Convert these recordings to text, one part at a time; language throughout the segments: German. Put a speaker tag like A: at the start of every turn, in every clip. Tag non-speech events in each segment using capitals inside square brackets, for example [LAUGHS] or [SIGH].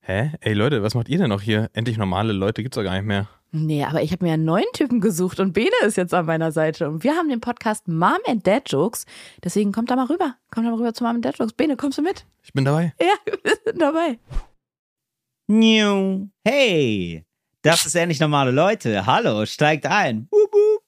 A: Hä? Ey Leute, was macht ihr denn noch hier? Endlich normale Leute gibt's doch gar nicht mehr.
B: Nee, aber ich habe mir einen neuen Typen gesucht und Bene ist jetzt an meiner Seite. Und wir haben den Podcast Mom and Dad Jokes. Deswegen kommt da mal rüber. Kommt da mal rüber zu Mom and Dad Jokes. Bene, kommst du mit? [LAUGHS]
A: Ich bin dabei.
B: Ja, wir sind dabei.
C: New. Hey, das ist endlich normale Leute. Hallo, steigt ein. Wup, wup.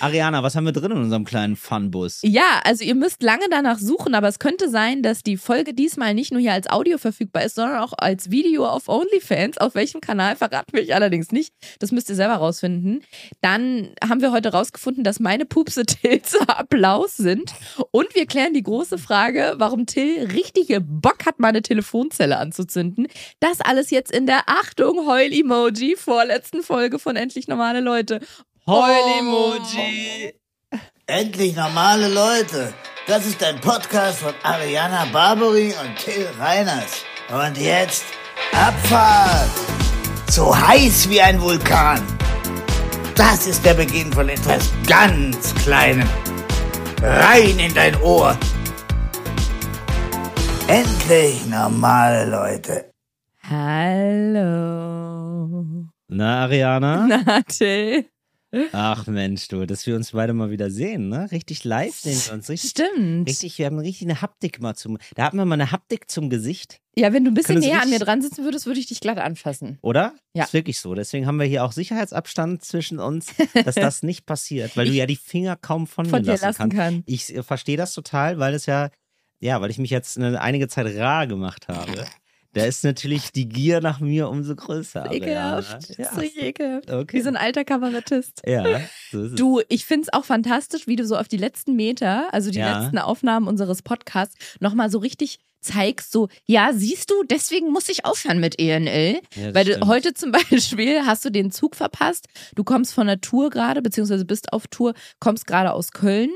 C: Ariana, was haben wir drin in unserem kleinen Funbus?
D: Ja, also ihr müsst lange danach suchen, aber es könnte sein, dass die Folge diesmal nicht nur hier als Audio verfügbar ist, sondern auch als Video auf OnlyFans. Auf welchem Kanal verraten wir ich allerdings nicht. Das müsst ihr selber rausfinden. Dann haben wir heute rausgefunden, dass meine Pupse Tills [LAUGHS] Applaus sind. Und wir klären die große Frage, warum Till richtige Bock hat, meine Telefonzelle anzuzünden. Das alles jetzt in der Achtung, Heul-Emoji, vorletzten Folge von Endlich Normale Leute.
C: Heul-Emoji.
E: Endlich normale Leute. Das ist ein Podcast von Ariana Barbary und Till Reiners. Und jetzt Abfahrt. So heiß wie ein Vulkan. Das ist der Beginn von etwas ganz Kleinem. Rein in dein Ohr. Endlich normale Leute.
D: Hallo.
C: Na, Ariana?
D: [LAUGHS] Na, Till.
C: Ach Mensch, du, dass wir uns beide mal wieder sehen, ne? Richtig live sehen wir uns. Richtig,
D: Stimmt.
C: richtig, wir haben richtig eine Haptik mal zum. Da hatten wir mal eine Haptik zum Gesicht,
D: Ja, wenn du ein bisschen
C: Können Sie
D: näher an mir
C: richtig-
D: dran sitzen würdest, würde ich dich glatt anfassen.
C: oder?
D: Ja.
C: Ist wirklich so. Deswegen haben wir hier auch Sicherheitsabstand zwischen
D: [LAUGHS]
C: uns, dass das nicht passiert, weil du
D: Ich-
C: ja die Finger kaum von,
D: Von
C: mir
D: dir
C: lassen
D: lassen
C: kannst.
D: kann.
C: Ich äh, verstehe das total, weil es ja, ja, weil ich mich jetzt eine, einige Zeit rar
D: [LAUGHS]
C: gemacht habe. Da ist natürlich die Gier nach mir umso größer. Ariana.
D: Ekelhaft. Das ist richtig ekelhaft.
C: ne? Ja, okay. Äh,
D: Wie so ein alter Kabarettist.
C: ja, so ist
D: Du, ich finde es auch fantastisch, wie du so auf die letzten Meter, also die
C: Ja.
D: letzten Aufnahmen unseres Podcasts, nochmal so richtig zeigst, so, ja, siehst du, deswegen muss ich aufhören mit E ENL.
C: es. Ja, das
D: Weil du,
C: stimmt.
D: heute zum [LAUGHS] Beispiel hast du den Zug verpasst, du kommst von der Tour gerade, beziehungsweise bist auf Tour, kommst gerade aus Köln,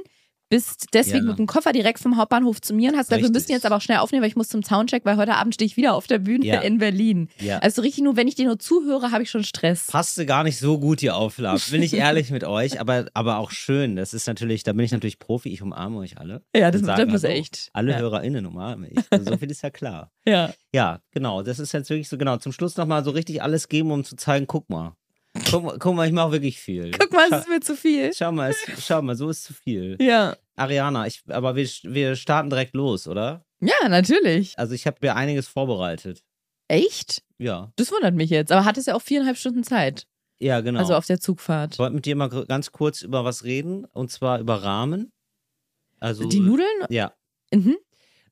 D: bist deswegen
C: Ja.
D: mit dem Koffer direkt vom Hauptbahnhof zu mir und hast gesagt, wir
C: Richtig.
D: müssen jetzt aber auch schnell aufnehmen, weil ich muss zum Soundcheck, weil heute Abend stehe ich wieder auf der Bühne
C: Ja.
D: in Berlin.
C: ja.
D: Also richtig, nur wenn ich dir nur zuhöre, habe ich schon Stress.
C: passte gar nicht so gut, die Auflagen. Bin
D: [LAUGHS]
C: ich ehrlich mit euch, aber, aber auch schön. Das ist natürlich, da bin ich natürlich Profi, ich umarme euch alle.
D: Ja, das,
C: Und
D: das
C: sagen
D: ist
C: hallo.
D: echt.
C: Alle
D: ja.
C: HörerInnen umarme ich. Also so viel ist ja klar.
D: Ja.
C: Ja, genau. Das ist jetzt wirklich so, genau. Zum Schluss nochmal so richtig alles geben, um zu zeigen, guck mal. Guck, mal- guck mal, ich mache wirklich viel.
D: Guck mal, es ist mir zu viel.
C: Schau mal, es, schau mal, so ist zu viel.
D: Ja.
C: Ariana, ich, aber wir, wir starten direkt los, oder?
D: Ja, natürlich.
C: Also ich habe mir einiges vorbereitet.
D: Echt?
C: Ja,
D: Das wundert mich jetzt. Aber hattest ja auch viereinhalb Stunden Zeit.
C: ja, genau.
D: Also auf der Zugfahrt.
C: Ich wollte mit dir mal gr- ganz kurz über was reden, und zwar über Rahmen. Also,
D: Die Nudeln?
C: Ja,
D: Mhm.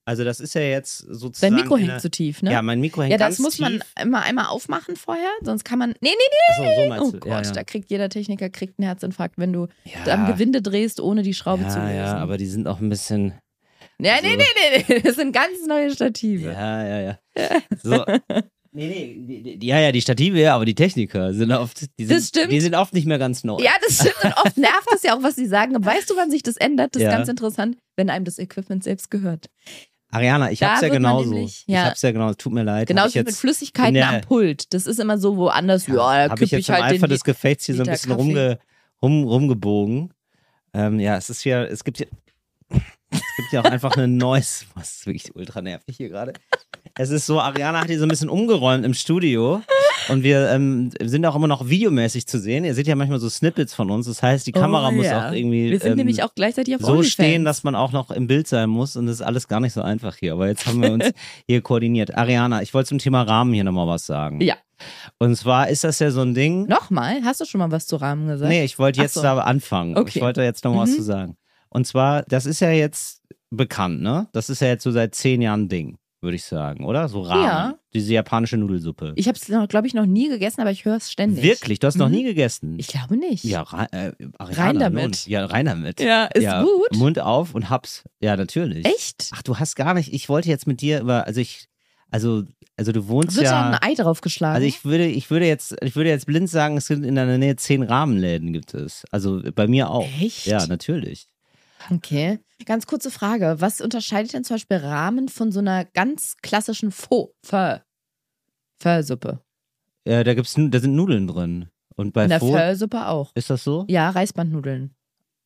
C: also das ist ja jetzt sozusagen.
D: Dein Mikro
C: in
D: hängt
C: der-
D: zu tief, ne?
C: Ja, mein Mikro hängt
D: Ja, das
C: ganz
D: muss man
C: tief.
D: immer einmal aufmachen vorher, sonst kann man. Nee, nee, nee.
C: Achso, so meinst
D: Oh
C: du.
D: Gott,
C: ja, ja.
D: da kriegt jeder Techniker kriegt einen Herzinfarkt, wenn du
C: ja.
D: am Gewinde drehst, ohne die Schraube zu
C: ja,
D: lösen.
C: ja, aber die sind auch ein bisschen.
D: nee,
C: also-
D: nee, nee, nee, [LAUGHS] nee. Das sind ganz neue Stative.
C: Ja, ja, ja.
D: [LAUGHS]
C: So. Nee, nee, die- die- die- ja, ja, die Stative, ja, aber die Techniker sind oft, die sind,
D: Das stimmt.
C: Die sind oft nicht mehr ganz neu.
D: Ja, das stimmt. Und oft nervt das ja auch, was sie sagen. Und Weißt du, wann sich das ändert? Das ist
C: Ja.
D: ganz interessant, wenn einem das Equipment selbst gehört.
C: Ariana, ich
D: Da
C: hab's ja
D: wird man
C: genauso.
D: nämlich-
C: Ich
D: ja.
C: hab's ja genau, tut mir leid. hab
D: Genauso
C: ich
D: wie mit
C: jetzt,
D: Flüssigkeiten
C: bin ja-
D: am Pult. Das ist immer so woanders. Ja, da
C: hab ich
D: kipp
C: jetzt
D: ich
C: im
D: halt
C: Eifer
D: den.
C: des Gefechts hier so ein
D: Liter
C: bisschen
D: Kaffee.
C: rumge, rum, rumgebogen. Ähm, ja, es ist ja, es gibt hier, [LAUGHS] es gibt ja auch einfach eine Noise. [LAUGHS] Was ist wirklich ultra nervig hier gerade. Es ist so, Ariana hat hier so ein bisschen umgeräumt im Studio und wir ähm, sind auch immer noch videomäßig zu sehen. Ihr seht ja manchmal so Snippets von uns. Das heißt, die Kamera
D: Oh,
C: muss
D: ja.
C: auch irgendwie
D: Wir sind
C: ähm,
D: nämlich auch gleichzeitig auf
C: so
D: OnlyFans.
C: stehen, dass man auch noch im Bild sein muss und das ist alles gar nicht so einfach hier. Aber jetzt haben
D: [LAUGHS]
C: wir uns hier koordiniert. Ariana, ich wollte zum Thema Rahmen hier nochmal was sagen.
D: Ja.
C: Und zwar ist das ja so ein Ding.
D: Nochmal, hast du schon mal was zu Rahmen gesagt?
C: Nee, ich wollte
D: Ach
C: jetzt
D: so.
C: da anfangen.
D: Okay.
C: Ich wollte jetzt nochmal
D: Mhm.
C: was zu sagen. Und zwar, das ist ja jetzt bekannt, ne? Das ist ja jetzt so seit zehn Jahren ein Ding, würde ich sagen, oder? So Ramen.
D: Ja.
C: Diese japanische Nudelsuppe.
D: Ich habe es, glaube ich, noch nie gegessen, aber ich höre es ständig.
C: Wirklich? Du hast noch
D: Mhm.
C: nie gegessen?
D: Ich glaube nicht.
C: ja, rein, äh, Ariana,
D: Rein damit.
C: Nun. Ja, rein damit.
D: Ja, ist
C: Ja,
D: gut.
C: Mund auf und hab's. Ja, natürlich.
D: Echt?
C: Ach, du hast gar nicht. Ich wollte jetzt mit dir über, also ich, also, also du wohnst
D: Wird
C: ja.
D: da ein Ei draufgeschlagen?
C: Also ich würde, ich würde jetzt, ich würde jetzt blind sagen, es sind in deiner Nähe zehn Rahmenläden gibt es. Also bei mir auch.
D: Echt?
C: Ja, ne? natürlich.
D: Okay. Ganz kurze Frage. Was unterscheidet denn zum Beispiel Rahmen von so einer ganz klassischen Pho? Pho. Pho-Suppe.
C: Ja, Äh, da gibt's, nu- da sind Nudeln drin. Und bei
D: In der
C: Pho
D: Pho-Suppe auch.
C: ist das so?
D: Ja, Reisbandnudeln.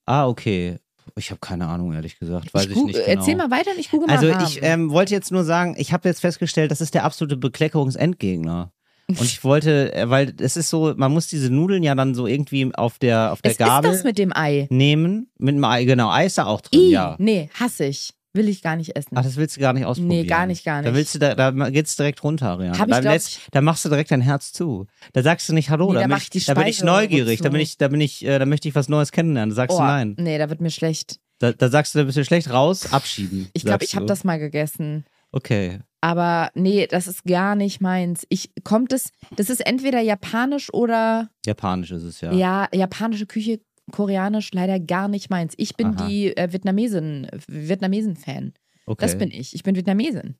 C: Ah, okay. Ich habe keine Ahnung, ehrlich gesagt. Weiß ich,
D: gu-
C: nicht. Genau.
D: Erzähl mal weiter und ich google mal
C: Also
D: Namen.
C: ich ähm, wollte jetzt nur sagen, ich habe jetzt festgestellt, das ist der absolute Bekleckerungsendgegner.
D: [LAUGHS]
C: Und ich wollte, äh, weil es ist so, man muss diese Nudeln ja dann so irgendwie auf der auf der
D: es
C: Gabel
D: ist das mit dem Ei.
C: nehmen mit dem Ei, genau Ei ist da auch drin,
D: I,
C: ja.
D: nee, hasse ich. Will ich gar nicht essen.
C: Ach, das willst du gar nicht ausprobieren.
D: Nee, gar nicht, gar nicht.
C: Da willst du da, da geht's direkt runter, Ariane.
D: Hab ich,
C: da,
D: glaub
C: lässt- da machst du direkt dein Herz zu. Da sagst du nicht Hallo,
D: Nee,
C: da,
D: da
C: bin
D: mach
C: ich,
D: ich die
C: da bin ich
D: Speiseröhre
C: neugierig, da bin
D: zu.
C: ich, da bin ich, äh, da möchte ich was Neues kennenlernen. Da sagst
D: Oh,
C: du nein.
D: Nee, da wird mir schlecht.
C: Da, da sagst du ein bisschen schlecht raus, abschieben.
D: Ich glaube,
C: sagst
D: ich habe
C: du.
D: das mal gegessen.
C: Okay.
D: Aber nee, das ist gar nicht meins. Ich kommt es, das ist entweder japanisch oder
C: Japanisch ist es ja.
D: ja, japanische Küche, koreanisch leider gar nicht meins. Ich bin
C: Aha.
D: die äh, Vietnamesin, Vietnamesen Fan.
C: okay.
D: Das bin ich. Ich bin Vietnamesin.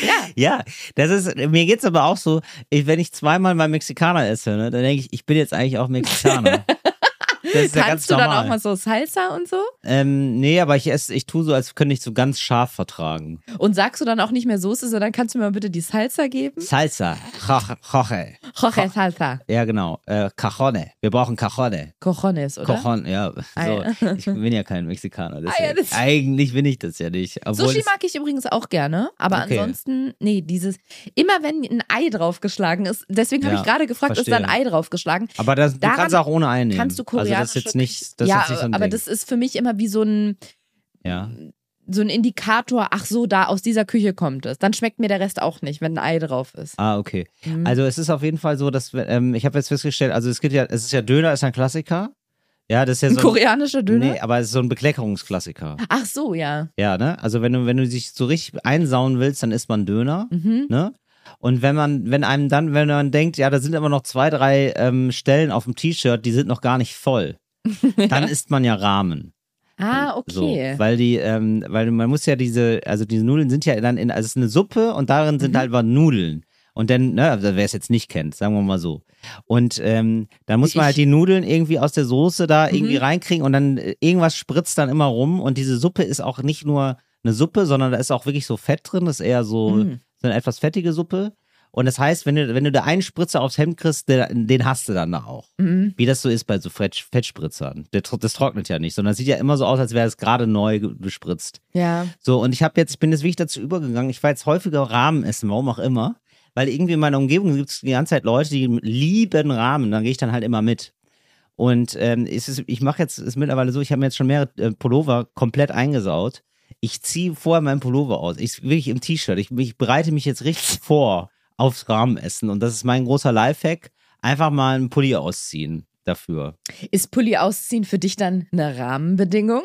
D: ja,
C: Ja, das ist, mir geht's aber auch so, ich, wenn ich zweimal mal Mexikaner esse, ne, dann denke ich, ich bin jetzt eigentlich
D: [LAUGHS]
C: auch Mexikaner. Das ist ja ganz
D: kannst du
C: normal.
D: dann auch mal so Salsa und so?
C: ähm, nee, aber ich esse, ich tue so, als könnte ich so ganz scharf vertragen.
D: Und sagst du dann auch nicht mehr Soße, sondern kannst du mir mal bitte die Salsa geben?
C: Salsa, Joche, Joche.
D: Jorge Salsa.
C: Ja, genau. Äh, Cajone. Wir brauchen Cajone.
D: Cojones, oder?
C: Cojon, ja.
D: Ah, ja.
C: So. Ich bin ja kein
D: [LAUGHS]
C: Mexikaner.
D: Ah, ja,
C: Deswegen.
D: das-
C: Eigentlich bin ich das ja nicht. Obwohl
D: Sushi
C: es-
D: mag ich übrigens auch gerne, aber
C: Okay.
D: ansonsten, nee, dieses, immer wenn ein Ei draufgeschlagen ist, deswegen habe
C: Ja,
D: ich gerade gefragt, ist da ein
C: verstehe.
D: Ei draufgeschlagen?
C: aber das, du
D: Daran
C: kannst auch ohne einnehmen.
D: Kannst du
C: also
D: koreanische
C: das ist jetzt nicht, das
D: ja,
C: ist jetzt nicht so ein
D: aber
C: Ding.
D: das ist für mich immer wie so ein,
C: ja.
D: so ein Indikator, ach so, da aus dieser Küche kommt es. Dann schmeckt mir der Rest auch nicht, wenn ein Ei drauf ist.
C: Ah, okay.
D: Mhm.
C: Also es ist auf jeden Fall so, dass wir- ähm, ich habe jetzt festgestellt, also es gibt ja, es ist ja Döner, ist ein Klassiker. Ja, das ist ja
D: ein
C: so ein,
D: koreanischer Döner?
C: Nee, aber es ist so ein Bekleckerungsklassiker.
D: Ach so, ja.
C: Ja, ne? Also wenn du, wenn du dich so richtig einsauen willst, dann isst man Döner,
D: Mhm.
C: ne? Und wenn man, wenn einem dann, wenn man denkt, ja, da sind immer noch zwei, drei ähm, Stellen auf dem T-Shirt, die sind noch gar
D: [LAUGHS]
C: nicht voll, dann isst man ja Rahmen.
D: Ah,
C: Hm, So,
D: okay.
C: weil die, ähm, weil man muss ja diese, also diese Nudeln sind ja dann in, also es ist eine Suppe und darin
D: Mhm.
C: sind halt aber Nudeln. Und dann, ne, also wer es jetzt nicht kennt, sagen wir mal so. Und ähm, dann muss
D: Wie
C: man halt
D: ich.
C: die Nudeln irgendwie aus der Soße da irgendwie
D: Mhm.
C: reinkriegen und dann äh, irgendwas spritzt dann immer rum. Und diese Suppe ist auch nicht nur eine Suppe, sondern da ist auch wirklich so Fett drin. Das ist eher so,
D: Mhm.
C: so eine etwas fettige Suppe. Und das heißt, wenn du, wenn du da einen Spritzer aufs Hemd kriegst, den, den hast du dann da auch
D: Mhm.
C: wie das so ist bei so Fett Fettspritzern. Der, tro- das trocknet ja nicht, sondern es sieht ja immer so aus, als wäre es gerade neu ge- bespritzt.
D: Ja.
C: So, und ich habe jetzt, ich bin jetzt wirklich dazu übergegangen, ich war jetzt häufiger Rahmen essen, warum auch immer, weil irgendwie in meiner Umgebung gibt es die ganze Zeit Leute, die lieben Rahmen, dann gehe ich dann halt immer mit. Und ähm, es ist, ich mache jetzt, es ist mittlerweile so, ich habe mir jetzt schon mehrere äh, Pullover komplett eingesaut. Ich ziehe vorher meinen Pullover aus. Ich wirklich im T-Shirt. Ich, ich bereite mich jetzt richtig [LAUGHS] vor aufs Rahmenessen. Und das ist mein großer Lifehack. Einfach mal einen Pulli ausziehen dafür.
D: Ist Pulli ausziehen für dich dann eine
C: [LAUGHS]
D: Rahmenbedingung?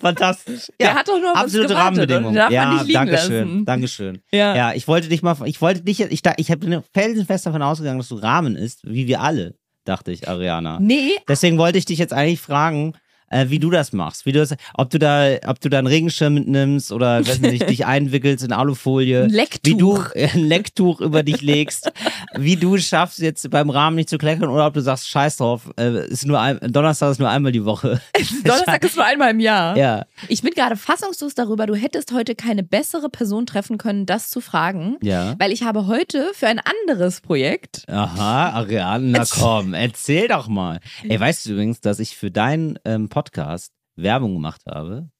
C: Fantastisch.
D: Der hat doch nur auf uns
C: absolute
D: gewartet
C: Rahmenbedingungen.
D: und darf man
C: ja,
D: nicht liegen
C: Dankeschön.
D: lassen.
C: Dankeschön.
D: [LAUGHS] Ja.
C: Ja, ich wollte dich mal, ich wollte dich, ich, da- ich bin felsenfest davon ausgegangen, dass du Rahmen isst, wie wir alle, dachte ich, Ariana. [LAUGHS]
D: Nee,
C: Deswegen wollte ich dich jetzt eigentlich fragen, äh, wie du das machst, wie du das, ob du da, ob du da einen Regenschirm mitnimmst oder
D: [LAUGHS]
C: weiß nicht, dich einwickelst in Alufolie,
D: Ein Lecktuch.
C: wie du [LAUGHS] ein Lecktuch über dich legst, wie du es schaffst jetzt beim Rahmen nicht zu kleckern oder ob du sagst Scheiß drauf, äh, ist nur ein, Donnerstag ist nur einmal die Woche.
D: Donnerstag [LAUGHS] ist nur einmal im Jahr.
C: [LAUGHS] ja,
D: Ich bin gerade fassungslos darüber, du hättest heute keine bessere Person treffen können, das zu fragen.
C: ja.
D: Weil ich habe heute für ein anderes Projekt.
C: Aha, Ariane, na komm, erzähl doch mal. Ey, weißt du übrigens, dass ich für deinen ähm, Podcast Werbung gemacht habe?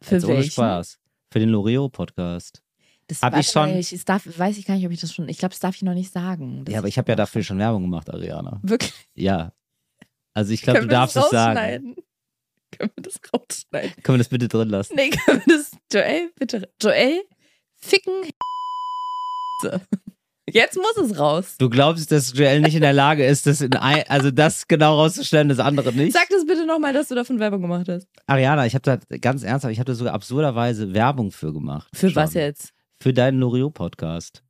D: Für
C: Jetzt ohne
D: welchen?
C: Spaß. Für den Loreo Podcast.
D: Das
C: Hab
D: warte
C: ich schon-
D: mal, Ich, es darf, weiß ich gar nicht, ob ich das schon. Ich glaube, das darf ich noch nicht sagen. Das
C: Ja, aber ich habe ja dafür schon Werbung gemacht, Ariana.
D: [LAUGHS] wirklich.
C: Ja. Also ich glaube, du
D: können wir
C: darfst
D: das
C: es sagen.
D: rausschneiden? Können wir das rausschneiden?
C: Können wir das bitte drin lassen?
D: Nee, können wir das. Joel, bitte. Joel, ficken. Jetzt muss es raus.
C: Du glaubst, dass Joel nicht in der Lage ist, das in ein, also das genau rauszustellen, das andere nicht?
D: Sag das bitte nochmal, dass du davon Werbung gemacht hast.
C: Ariana, ich habe da ganz ernsthaft, ich habe da sogar absurderweise Werbung für gemacht.
D: Für
C: Schon.
D: was jetzt?
C: Für deinen Loreo Podcast.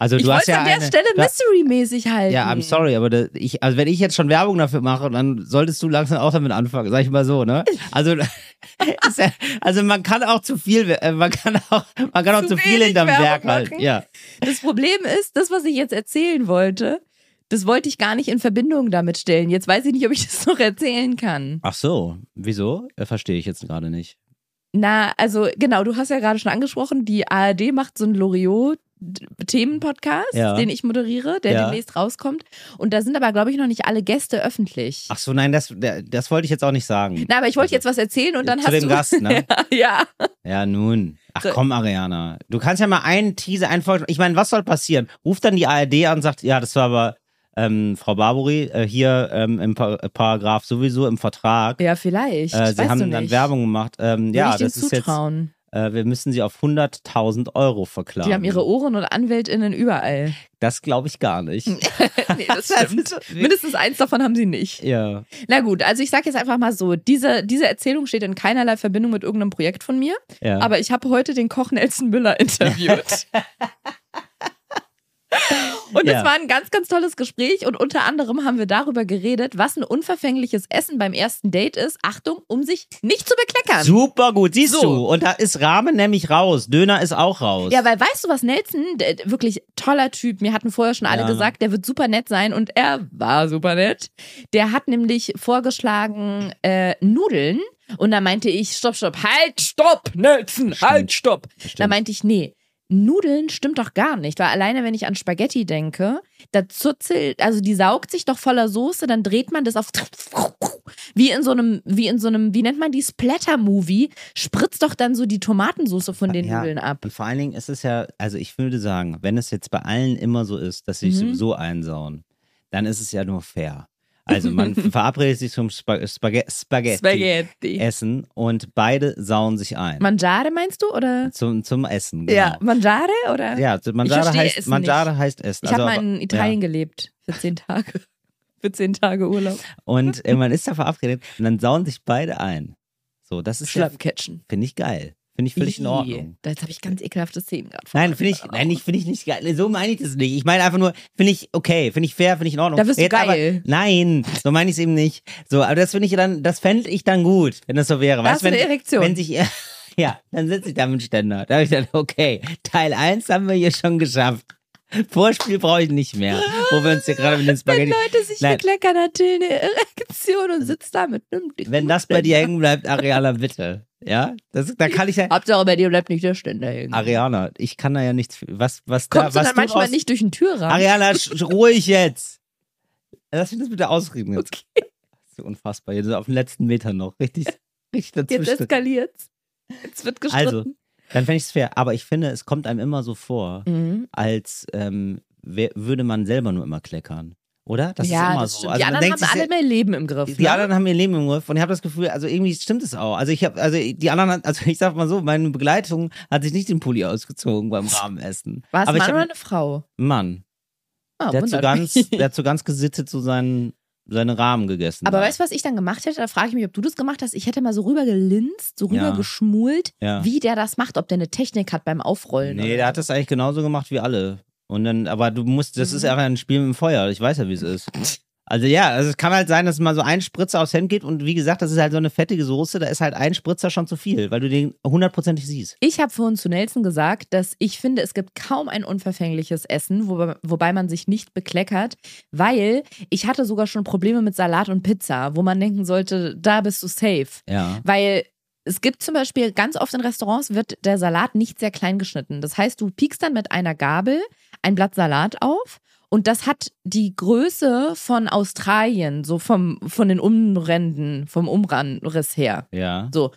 C: Also
D: Ich
C: du hast
D: wollte
C: ja
D: an der
C: eine,
D: Stelle
C: du-
D: Mystery-mäßig halten.
C: Ja, I'm sorry, aber da, ich, also wenn ich jetzt schon Werbung dafür mache, dann solltest du langsam auch damit anfangen, sag ich mal so, ne? Also, [LAUGHS] ist ja, also man kann auch zu viel, äh, man kann auch, man kann auch zu,
D: Zu
C: viel
D: wenig
C: hinterm
D: Werbung
C: Berg halten.
D: machen.
C: Ja.
D: Das Problem ist, das, was ich jetzt erzählen wollte, das wollte ich gar nicht in Verbindung damit stellen. Jetzt weiß ich nicht, ob ich das noch erzählen kann.
C: Ach so, wieso? Äh, Verstehe ich jetzt gerade nicht.
D: Na, also genau, du hast ja gerade schon angesprochen, die ARD macht so ein Loriot D- Themenpodcast,
C: Ja.
D: den ich moderiere, der
C: Ja.
D: demnächst rauskommt. Und da sind aber, glaube ich, noch nicht alle Gäste öffentlich.
C: Ach so, nein, das, der- das wollte ich jetzt auch nicht sagen. Äh,
D: Na, aber ich wollte jetzt was erzählen und dann
C: Zu
D: hast
C: dem
D: du. [LAUGHS]
C: Gast, ne?
D: ja.
C: Ja, nun. Ach
D: So.
C: komm, Ariana. Du kannst ja mal einen Teaser, einen Folge. Ich meine, was soll passieren? Ruft dann die ARD an und sagt, ja, das war aber ähm, Frau Barbary äh, hier ähm, im pa äh, Paragraph sowieso im Vertrag.
D: Ja, vielleicht.
C: äh,
D: Das
C: sie
D: weißt
C: haben
D: du
C: dann
D: nicht.
C: Werbung gemacht. Ähm,
D: Würde
C: ja,
D: ich dem
C: das ist jetzt.
D: zutrauen.
C: Äh, wir müssen sie auf 100.000 Euro verklagen.
D: Die haben ihre Ohren und AnwältInnen
C: [LAUGHS]
D: überall.
C: Das glaube ich
D: [LAUGHS]
C: gar nicht.
D: nee, das stimmt. Mindestens eins davon haben sie nicht.
C: ja.
D: Na gut, also ich sage jetzt einfach mal so, diese, diese Erzählung steht in keinerlei Verbindung mit irgendeinem Projekt von mir,
C: ja.
D: aber ich habe heute den Koch Nelson Müller interviewt.
C: [LAUGHS]
D: Und
C: Ja.
D: es war ein ganz, ganz tolles Gespräch und unter anderem haben wir darüber geredet, was ein unverfängliches Essen beim ersten Date ist. Achtung, um sich nicht zu bekleckern.
C: Super gut, siehst
D: So.
C: du. Und da ist Rahmen nämlich raus. Döner ist auch raus.
D: Ja, weil weißt du was, Nelson, der, der wirklich toller Typ, mir hatten vorher schon alle
C: Ja.
D: gesagt, der wird super nett sein und er war super nett. Der hat nämlich vorgeschlagen äh, Nudeln und da meinte ich, stopp, stopp, halt, stopp, Nelson, halt, stopp. Da
C: Stimmt.
D: meinte ich, nee, Nudeln stimmt doch gar nicht, weil alleine wenn ich an Spaghetti denke, da zurzelt, also die saugt sich doch voller Soße, dann dreht man das auf [LAUGHS] wie in so einem, wie in so einem, wie nennt man die Splatter-Movie, spritzt doch dann so die Tomatensoße von den
C: Ah, Ja.
D: Nudeln ab.
C: Und vor allen Dingen ist es ja, also ich würde sagen, wenn es jetzt bei allen immer so ist, dass sie sich
D: Mhm.
C: sowieso einsauen, dann ist es ja nur fair.
D: [LAUGHS]
C: Also man verabredet sich zum Spa Spaghe- Spaghetti,
D: Spaghetti.
C: essen und beide sauen sich ein.
D: Mangiare meinst du oder?
C: zum, zum Essen, genau.
D: Ja, Mangiare oder?
C: Ja, so Mangiare
D: verstehe
C: heißt,
D: Essen
C: Mangiare heißt Essen. Also,
D: Ich habe mal
C: aber-
D: in Italien gelebt für zehn Tage. [LAUGHS] Für zehn Tage Urlaub.
C: Ja. Und äh, man ist da verabredet und dann sauen sich beide ein. So, das ist ja,
D: Schlappcatchen.
C: finde ich geil. Finde ich völlig in Ordnung.
D: Da habe ich ganz ekelhafte Szenen gerade.
C: Nein, finde ich, nein, ich finde ich nicht geil. So meine ich das nicht. Ich meine einfach nur, finde ich okay, finde ich fair, finde ich in Ordnung.
D: Da wirst du geil.
C: Aber, nein, so meine ich es eben nicht. So, aber das finde ich dann, das fände ich dann gut, wenn das so wäre.
D: Da hast du
C: wenn,
D: eine Erektion.
C: Wenn sich, [LAUGHS] ja, dann sitze ich da mit dem Ständer. Da habe ich dann, okay, Teil 1 haben wir hier schon geschafft. Vorspiel brauche ich nicht mehr, wo wir uns hier gerade mit
D: [LAUGHS]
C: den
D: Wenn
C: Spaghetti.
D: Leute sich
C: Nein.
D: bekleckern, hat Till eine Erektion und sitzt da mit einem dicken
C: Wenn das bei dir
D: Ständer.
C: hängen bleibt, Ariana, bitte. Ja, das, da kann
D: [LAUGHS]
C: ich ja.
D: Hauptsache bei dir bleibt nicht der Ständer hängen.
C: Ariana, ich kann da ja nichts. für- Was, was,
D: Kommst
C: da,
D: du
C: was
D: dann manchmal
C: aus-
D: nicht durch den Türrahmen?
C: Ariana, sch- sch- ruhig jetzt. Äh, Lass mich das bitte ausreden jetzt.
D: Okay.
C: Das ist ja unfassbar. Jetzt auf den letzten Meter noch.
D: [LAUGHS]
C: Richtig, richtig
D: Jetzt
C: dazwischen.
D: eskaliert's. Jetzt wird
C: Also,
D: gestritten.
C: dann fände ich es fair. Aber ich finde, es kommt einem immer so vor,
D: Mhm.
C: als ähm, wär, würde man selber nur immer kleckern. Oder? Das
D: ja,
C: ist immer
D: das
C: so.
D: stimmt.
C: Also
D: die
C: man
D: anderen
C: denkt
D: haben
C: sich
D: alle
C: sehr-
D: mehr Leben im Griff.
C: die
D: ne?
C: anderen haben ihr Leben im Griff und ich habe das Gefühl, also irgendwie stimmt es auch. Also ich habe, also die anderen, hat- also ich sag mal so, meine Begleitung hat sich nicht den Pulli ausgezogen beim Rahmenessen.
D: War es ein
C: Aber ich
D: Mann
C: hab-
D: oder eine Frau?
C: Mann,
D: Ah,
C: der hat, so
D: wundert
C: ganz,
D: mich.
C: der hat so ganz gesittet so seinen, seine Rahmen gegessen.
D: [LAUGHS] Aber
C: da.
D: weißt du, was ich dann gemacht hätte? Da frage ich mich, ob du das gemacht hast. Ich hätte mal so rübergelinst, so
C: Ja.
D: rübergeschmult,
C: Ja.
D: wie der das macht, ob der eine Technik hat beim Aufrollen.
C: Nee, der
D: oder
C: hat das eigentlich genauso gemacht wie alle. Und dann, aber du musst, das
D: Mhm.
C: ist ja ein Spiel mit dem Feuer. Ich weiß ja, wie es ist. Also ja, also es kann halt sein, dass mal so ein Spritzer aufs Hemd geht und wie gesagt, das ist halt so eine fettige Soße, da ist halt ein Spritzer schon zu viel, weil du den hundertprozentig siehst.
D: Ich habe vorhin zu Nelson gesagt, dass ich finde, es gibt kaum ein unverfängliches Essen, wobei, wobei man sich nicht bekleckert, weil ich hatte sogar schon Probleme mit Salat und Pizza, wo man denken sollte, da bist du safe.
C: Ja.
D: Weil es gibt zum Beispiel ganz oft in Restaurants wird der Salat nicht sehr klein geschnitten. Das heißt, du piekst dann mit einer Gabel ein Blatt Salat auf und das hat die Größe von Australien, so vom, von den Umränden, vom Umriss her.
C: Ja.
D: So.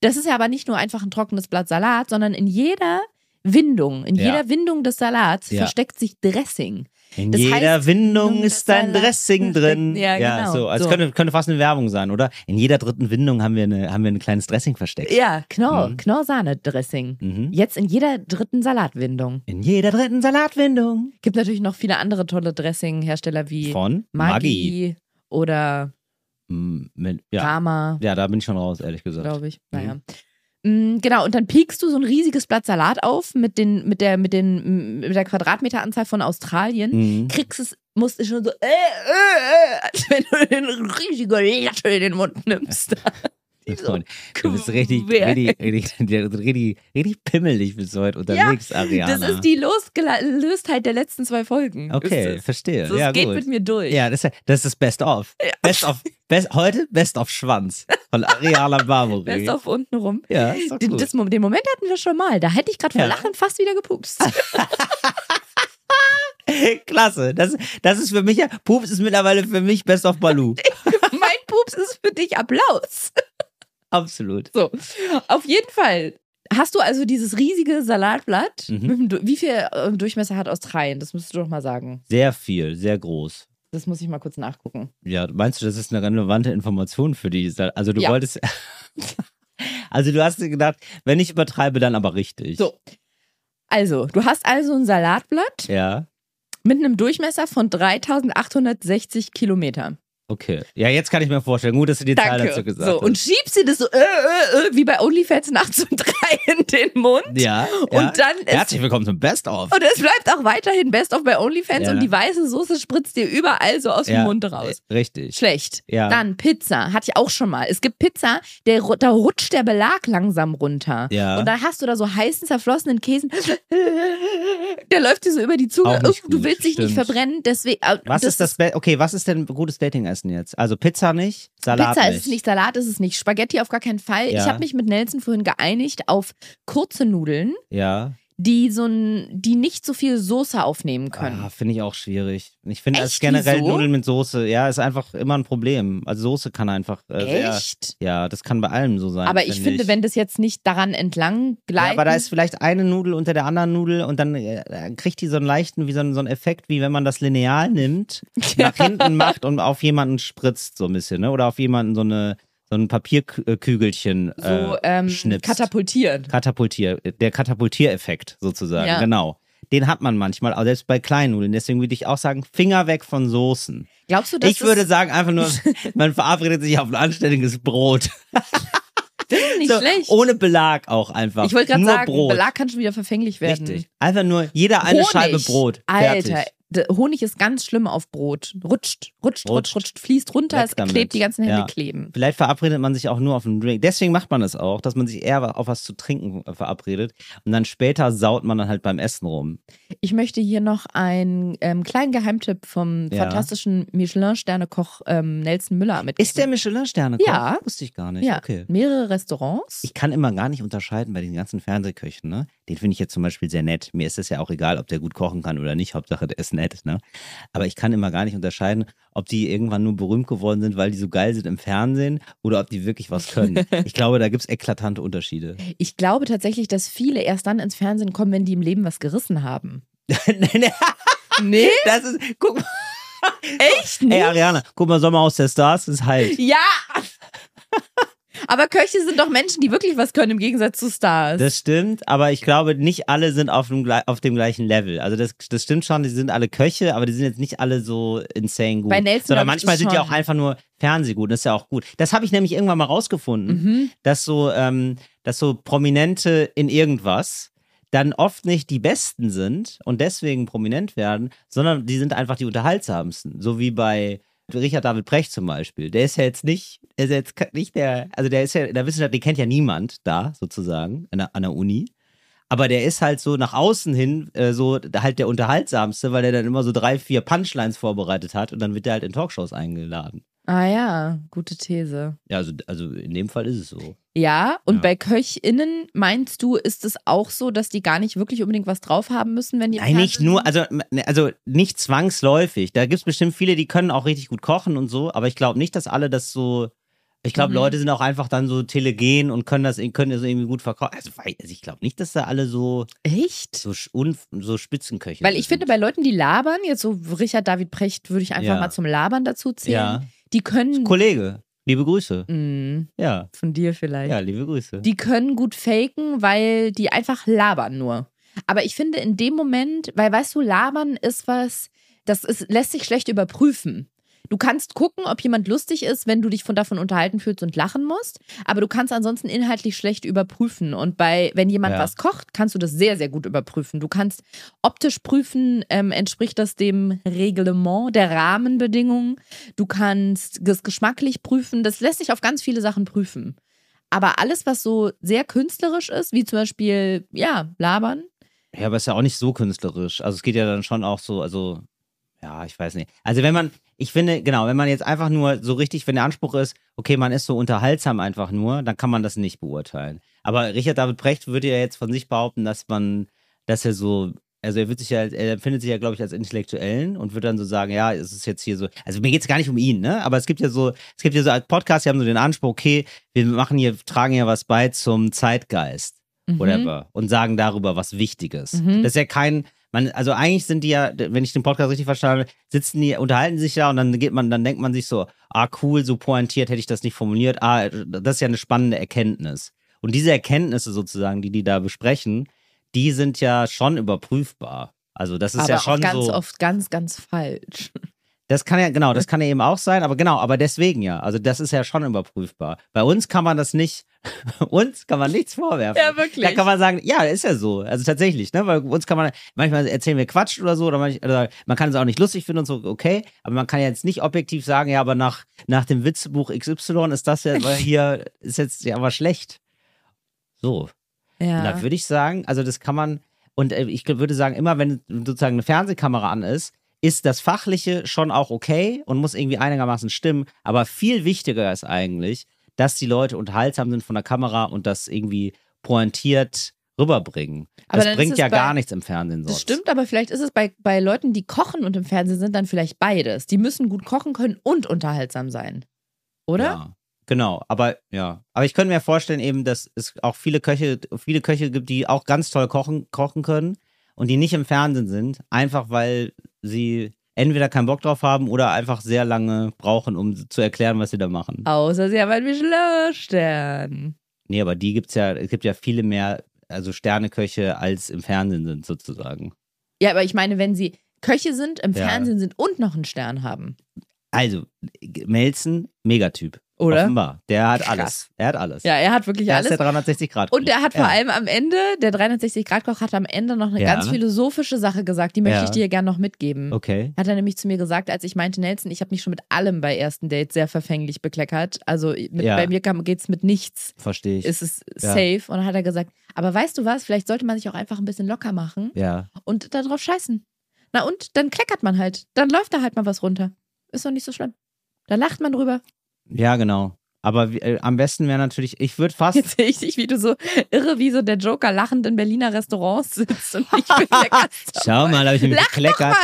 D: Das ist ja aber nicht nur einfach ein trockenes Blatt Salat, sondern in jeder Windung, in
C: Ja.
D: jeder Windung des Salats
C: Ja.
D: versteckt sich Dressing.
C: In
D: Das
C: jeder
D: heißt,
C: Windung
D: nun,
C: ist
D: das
C: ein
D: Salat-
C: Dressing
D: [LAUGHS]
C: drin.
D: Ja, genau.
C: so. Also
D: So.
C: Könnte, könnte fast eine Werbung sein, oder? In jeder dritten Windung haben wir, eine, haben wir ein kleines Dressing versteckt.
D: Ja, Knorr,
C: Mhm.
D: Knorr-Sahne-Dressing.
C: Mhm.
D: Jetzt in jeder dritten Salatwindung.
C: In jeder dritten Salatwindung.
D: Gibt natürlich noch viele andere tolle Dressing-Hersteller wie
C: Von Maggi.
D: Maggi oder
C: Mm, Mit, ja.
D: Rama,
C: ja, da bin ich schon raus, ehrlich gesagt.
D: glaube ich.
C: Mhm.
D: Naja. Mm, Genau, und dann piekst du so ein riesiges Blatt Salat auf mit, den, mit, der, mit, den, mm, mit der Quadratmeteranzahl von Australien.
C: Mhm.
D: Kriegst es, musst du schon so, äh, äh, äh, als wenn du den riesigen Latte in den Mund nimmst.
C: Meine Freundin, du bist richtig, richtig, richtig, richtig, richtig pimmelig bis heute unterwegs, Ariana.
D: Das ist die Losgelöstheit der letzten zwei Folgen.
C: Okay,
D: Ist
C: verstehe.
D: es. Das
C: ja,
D: geht
C: gut.
D: mit mir durch.
C: ja, das ist, das ist Best of. Best of best, heute Best of Schwanz von Ariana Barbary.
D: Best auf unten rum.
C: Ja, ist doch
D: Den,
C: gut.
D: das, Mo- den Moment hatten wir schon mal. Da hätte ich gerade vor
C: Ja.
D: Lachen fast wieder gepupst.
C: [LAUGHS] Klasse. Das, das ist für mich ja, Pups ist mittlerweile für mich Best of
D: [LAUGHS]
C: Baloo.
D: mein Pups ist für dich Applaus.
C: Absolut.
D: So, auf jeden Fall. Hast du also dieses riesige Salatblatt?
C: Mhm.
D: Mit dem Du- Wie viel äh, Durchmesser hat Australien? Das müsstest du doch mal sagen.
C: Sehr viel, sehr groß.
D: Das muss ich mal kurz nachgucken.
C: Ja, meinst du, das ist eine relevante Information für die? Sa- Also du
D: Ja.
C: wolltest. [LAUGHS] also du hast dir gedacht, wenn ich übertreibe, dann aber richtig.
D: So. Also, du hast also ein Salatblatt
C: Ja.
D: mit einem Durchmesser von 3860 Kilometer.
C: Okay. Ja, jetzt kann ich mir vorstellen. Gut, dass du die Zahl dazu
D: Danke.
C: gesagt
D: So,
C: hast.
D: und schiebst dir das so äh, äh, äh, wie bei OnlyFans nachts um drei in den Mund.
C: ja,
D: [LAUGHS] und
C: ja.
D: dann ist-
C: Herzlich willkommen zum Best of.
D: Und es bleibt auch weiterhin Best of bei OnlyFans
C: Ja.
D: und die weiße Soße spritzt dir überall so aus
C: Ja,
D: dem Mund raus.
C: äh, Richtig.
D: Schlecht.
C: Ja.
D: Dann Pizza, hatte ich auch schon mal. Es gibt Pizza, der, ru- da rutscht der Belag langsam runter.
C: Ja.
D: Und dann hast du da so heißen, zerflossenen Käsen. Der läuft dir so über die Zunge.
C: Auch nicht
D: Oh, du
C: gut,
D: willst dich nicht
C: stimmt.
D: verbrennen, deswegen. äh,
C: Was ist das? Be okay, was ist denn gutes Datingessen jetzt? Also Pizza nicht, Salat
D: Pizza
C: nicht.
D: ist es nicht, Salat ist es nicht, Spaghetti auf gar keinen Fall.
C: Ja.
D: Ich habe mich mit Nelson vorhin geeinigt auf kurze Nudeln,
C: Ja.
D: die so n, die nicht so viel Soße aufnehmen können.
C: Ah, finde ich auch schwierig. Ich finde das
D: Echt?
C: generell
D: Wieso?
C: Nudeln mit Soße, ja, ist einfach immer ein Problem. Also Soße kann einfach. Äh, sehr-
D: Echt?
C: Ja, das kann bei allem so sein.
D: Aber ich finde, wenn das jetzt nicht daran entlang gleitet.
C: Ja, aber da ist vielleicht eine Nudel unter der anderen Nudel und dann äh, kriegt die so einen leichten, wie so einen, so einen Effekt, wie wenn man das Lineal
D: [LAUGHS]
C: nimmt, nach hinten macht und auf jemanden spritzt, so ein bisschen, ne? Oder auf jemanden so eine so ein Papierkügelchen äh,
D: so ähm,
C: schnipst.
D: katapultiert.
C: Katapultier, der Katapultiereffekt sozusagen,
D: Ja.
C: genau. Den hat man manchmal, aber selbst bei kleinen Nudeln. Deswegen würde ich auch sagen, Finger weg von Soßen.
D: Glaubst du, das
C: ich würde
D: ist
C: sagen, einfach
D: [LAUGHS]
C: nur, man verabredet sich auf ein anständiges Brot.
D: nicht
C: So,
D: schlecht?
C: Ohne Belag auch einfach.
D: ich wollte gerade
C: Nur
D: sagen,
C: Brot.
D: Belag kann schon wieder verfänglich werden.
C: Richtig. Einfach nur jeder eine
D: Honig.
C: Scheibe Brot. Fertig.
D: Alter, d- Honig ist ganz schlimm auf Brot. Rutscht, rutscht, rutscht, rutscht,
C: Rutscht.
D: fließt runter,
C: Weg
D: es
C: damit.
D: klebt, die ganzen Hände
C: Ja.
D: kleben.
C: Vielleicht verabredet man sich auch nur auf einen Drink. Deswegen macht man das auch, dass man sich eher auf was zu trinken äh, verabredet. Und dann später saut man dann halt beim Essen rum.
D: Ich möchte hier noch einen ähm, kleinen Geheimtipp vom
C: Ja.
D: fantastischen Michelin-Sterne-Koch ähm, Nelson Müller mit.
C: Ist der Michelin-Sterne?
D: Ja.
C: Wusste ich gar nicht.
D: ja,
C: Okay.
D: mehrere Restaurants.
C: Ich kann immer gar nicht unterscheiden bei den ganzen Fernsehköchen, ne? Den finde ich jetzt zum Beispiel sehr nett. Mir ist es ja auch egal, ob der gut kochen kann oder nicht. Hauptsache, der ist nett, ne? Aber ich kann immer gar nicht unterscheiden, ob die irgendwann nur berühmt geworden sind, weil die so geil sind im Fernsehen oder ob die wirklich was
D: [LAUGHS]
C: können. Ich glaube, da gibt es eklatante Unterschiede.
D: Ich glaube tatsächlich, dass viele erst dann ins Fernsehen kommen, wenn die im Leben was gerissen haben.
C: [LAUGHS] Nee, nee,
D: Nee,
C: das ist, guck mal,
D: echt
C: ey Ariana, guck mal, Sommerhaus der Stars das ist halt.
D: Ja! [LAUGHS] Aber Köche sind doch Menschen, die wirklich was können, im Gegensatz zu Stars.
C: Das stimmt, aber ich glaube, nicht alle sind auf dem, glei- auf dem gleichen Level. Also das, das stimmt schon, die sind alle Köche, aber die sind jetzt nicht alle so insane gut.
D: Bei Nelson,
C: Sondern
D: glaub ich,
C: manchmal
D: ist
C: sind die
D: schon.
C: auch einfach nur Fernsehgut, das ist ja auch gut. Das habe ich nämlich irgendwann mal rausgefunden,
D: mhm.
C: dass, so, ähm, dass so Prominente in irgendwas dann oft nicht die Besten sind und deswegen prominent werden, sondern die sind einfach die unterhaltsamsten. So wie bei Richard David Brecht zum Beispiel. Der ist ja jetzt nicht, der ist ja jetzt ke- nicht der, also der ist ja in der Wissenschaft, den kennt ja niemand da sozusagen an der, an der Uni. Aber der ist halt so nach außen hin äh, so halt der unterhaltsamste, weil der dann immer so drei, vier Punchlines vorbereitet hat und dann wird der halt in Talkshows eingeladen.
D: Ah ja, gute These.
C: Ja, also, also in dem Fall ist es so.
D: Ja, und
C: Ja.
D: bei KöchInnen meinst du, ist es auch so, dass die gar nicht wirklich unbedingt was drauf haben müssen, wenn die. im
C: Nein, nicht
D: Fernsehen
C: nur,
D: sind?
C: also, also nicht zwangsläufig. Da gibt es bestimmt viele, die können auch richtig gut kochen und so, aber ich glaube nicht, dass alle das so. Ich glaube,
D: Mhm.
C: Leute sind auch einfach dann so telegen und können das können das irgendwie gut verkaufen. Also, wei- also ich glaube nicht, dass da alle so,
D: Echt?
C: so, sch- un, so Spitzenköche
D: Weil ich
C: sind.
D: finde, bei Leuten, die labern, jetzt so Richard David Precht würde ich einfach
C: Ja.
D: mal zum Labern dazu zählen,
C: Ja.
D: die können.
C: Kollege, liebe
D: Mhm.
C: Grüße.
D: Mh,
C: Ja,
D: von dir vielleicht.
C: ja, liebe Grüße.
D: Die können gut faken, weil die einfach labern nur. Aber ich finde in dem Moment, weil weißt du, labern ist was, das ist, lässt sich schlecht überprüfen. Du kannst gucken, ob jemand lustig ist, wenn du dich von davon unterhalten fühlst und lachen musst. Aber du kannst ansonsten inhaltlich schlecht überprüfen. Und bei, wenn jemand
C: Ja.
D: was kocht, kannst du das sehr, sehr gut überprüfen. Du kannst optisch prüfen, ähm, entspricht das dem Reglement, der Rahmenbedingungen. Du kannst das geschmacklich prüfen. Das lässt sich auf ganz viele Sachen prüfen. Aber alles, was so sehr künstlerisch ist, wie zum Beispiel, ja, labern,
C: Ja, aber ist ja auch nicht so künstlerisch. Also es geht ja dann schon auch so, also, ja, ich weiß nicht. Also wenn man, ich finde, genau, wenn man jetzt einfach nur so richtig, wenn der Anspruch ist, okay, man ist so unterhaltsam einfach nur, dann kann man das nicht beurteilen. Aber Richard David Brecht würde ja jetzt von sich behaupten, dass man, dass er so, also er wird sich ja, als- er empfindet sich ja, glaube ich, als Intellektuellen und wird dann so sagen, ja, es ist jetzt hier so, also mir geht es gar nicht um ihn, ne? Aber es gibt ja so, es gibt ja so Podcasts, die haben so den Anspruch, okay, wir machen hier, tragen ja was bei zum Zeitgeist whatever und sagen darüber was Wichtiges.
D: Mhm.
C: Das ist ja kein, man, also eigentlich sind die ja, wenn ich den Podcast richtig verstanden habe, sitzen die, unterhalten sich da und dann geht man, dann denkt man sich so, ah cool, so pointiert hätte ich das nicht formuliert, ah, das ist ja eine spannende Erkenntnis. Und diese Erkenntnisse sozusagen, die die da besprechen, die sind ja schon überprüfbar. Also das ist
D: aber
C: ja schon
D: auch ganz
C: so.
D: oft ganz, ganz falsch.
C: Das kann ja, genau, das kann ja eben auch sein, aber genau, aber deswegen ja. Also das ist ja schon überprüfbar. Bei uns kann man das nicht, [LAUGHS] uns kann man nichts vorwerfen.
D: Ja, wirklich.
C: Da kann man sagen, ja, ist ja so. Also tatsächlich, ne? Weil uns kann man, manchmal erzählen wir Quatsch oder so, oder, manch, oder man kann es auch nicht lustig finden und so, okay, aber man kann jetzt nicht objektiv sagen, ja, aber nach, nach dem Witzebuch XY ist das ja weil hier, ist jetzt ja aber schlecht. So. Und Da
D: Ja.
C: würde ich sagen, also das kann man, und äh, ich würde sagen, immer wenn sozusagen eine Fernsehkamera an ist, ist das Fachliche schon auch okay und muss irgendwie einigermaßen stimmen. Aber viel wichtiger ist eigentlich, dass die Leute unterhaltsam sind von der Kamera und das irgendwie pointiert rüberbringen.
D: Aber dann
C: das
D: ist
C: bringt
D: es
C: ja
D: bei-
C: gar nichts im Fernsehen sonst.
D: Das stimmt, aber vielleicht ist es bei, bei Leuten, die kochen und im Fernsehen sind, dann vielleicht beides. Die müssen gut kochen können und unterhaltsam sein. Oder?
C: Ja, genau, aber ja. Aber ich könnte mir vorstellen, eben, dass es auch viele Köche, viele Köche gibt, die auch ganz toll kochen, kochen können und die nicht im Fernsehen sind, einfach weil sie entweder keinen Bock drauf haben oder einfach sehr lange brauchen, um zu erklären, was sie da machen.
D: Außer sie haben einen Michelin-Stern.
C: Nee, aber die gibt's ja, es gibt ja viele mehr, also Sterneköche, als im Fernsehen sind, sozusagen.
D: Ja, aber ich meine, wenn sie Köche sind, im
C: Ja.
D: Fernsehen sind und noch einen Stern haben.
C: Also, Melzen, Megatyp.
D: Oder?
C: Offenbar. Der hat
D: Krass.
C: alles. Er hat alles.
D: Ja, er hat wirklich
C: Der ist
D: alles.
C: der 360 Grad.
D: Und er hat vor
C: Ja.
D: allem am Ende, der 360-Grad-Koch hat am Ende noch eine
C: Ja.
D: ganz philosophische Sache gesagt, die möchte
C: Ja.
D: ich dir gern noch mitgeben.
C: Okay.
D: Hat er nämlich zu mir gesagt, als ich meinte, Nelson, ich habe mich schon mit allem bei ersten Dates sehr verfänglich bekleckert. Also mit,
C: Ja.
D: bei mir kam- geht's mit nichts.
C: Verstehe ich.
D: Ist es
C: Ja.
D: safe. Und dann hat er gesagt, aber weißt du was, vielleicht sollte man sich auch einfach ein bisschen locker machen
C: ja.
D: und darauf scheißen. Na und dann kleckert man halt. Dann läuft da halt mal was runter. Ist doch nicht so schlimm. Da lacht man drüber.
C: Ja, genau. Aber wie- äh, am besten wäre natürlich, ich würde fast.
D: Jetzt sehe ich dich, wie du so irre wie so der Joker lachend in Berliner Restaurants sitzt und dich
C: [LAUGHS]
D: bekleckerst.
C: [LAUGHS] Schau mal, habe ich mich
D: Lach
C: gekleckert.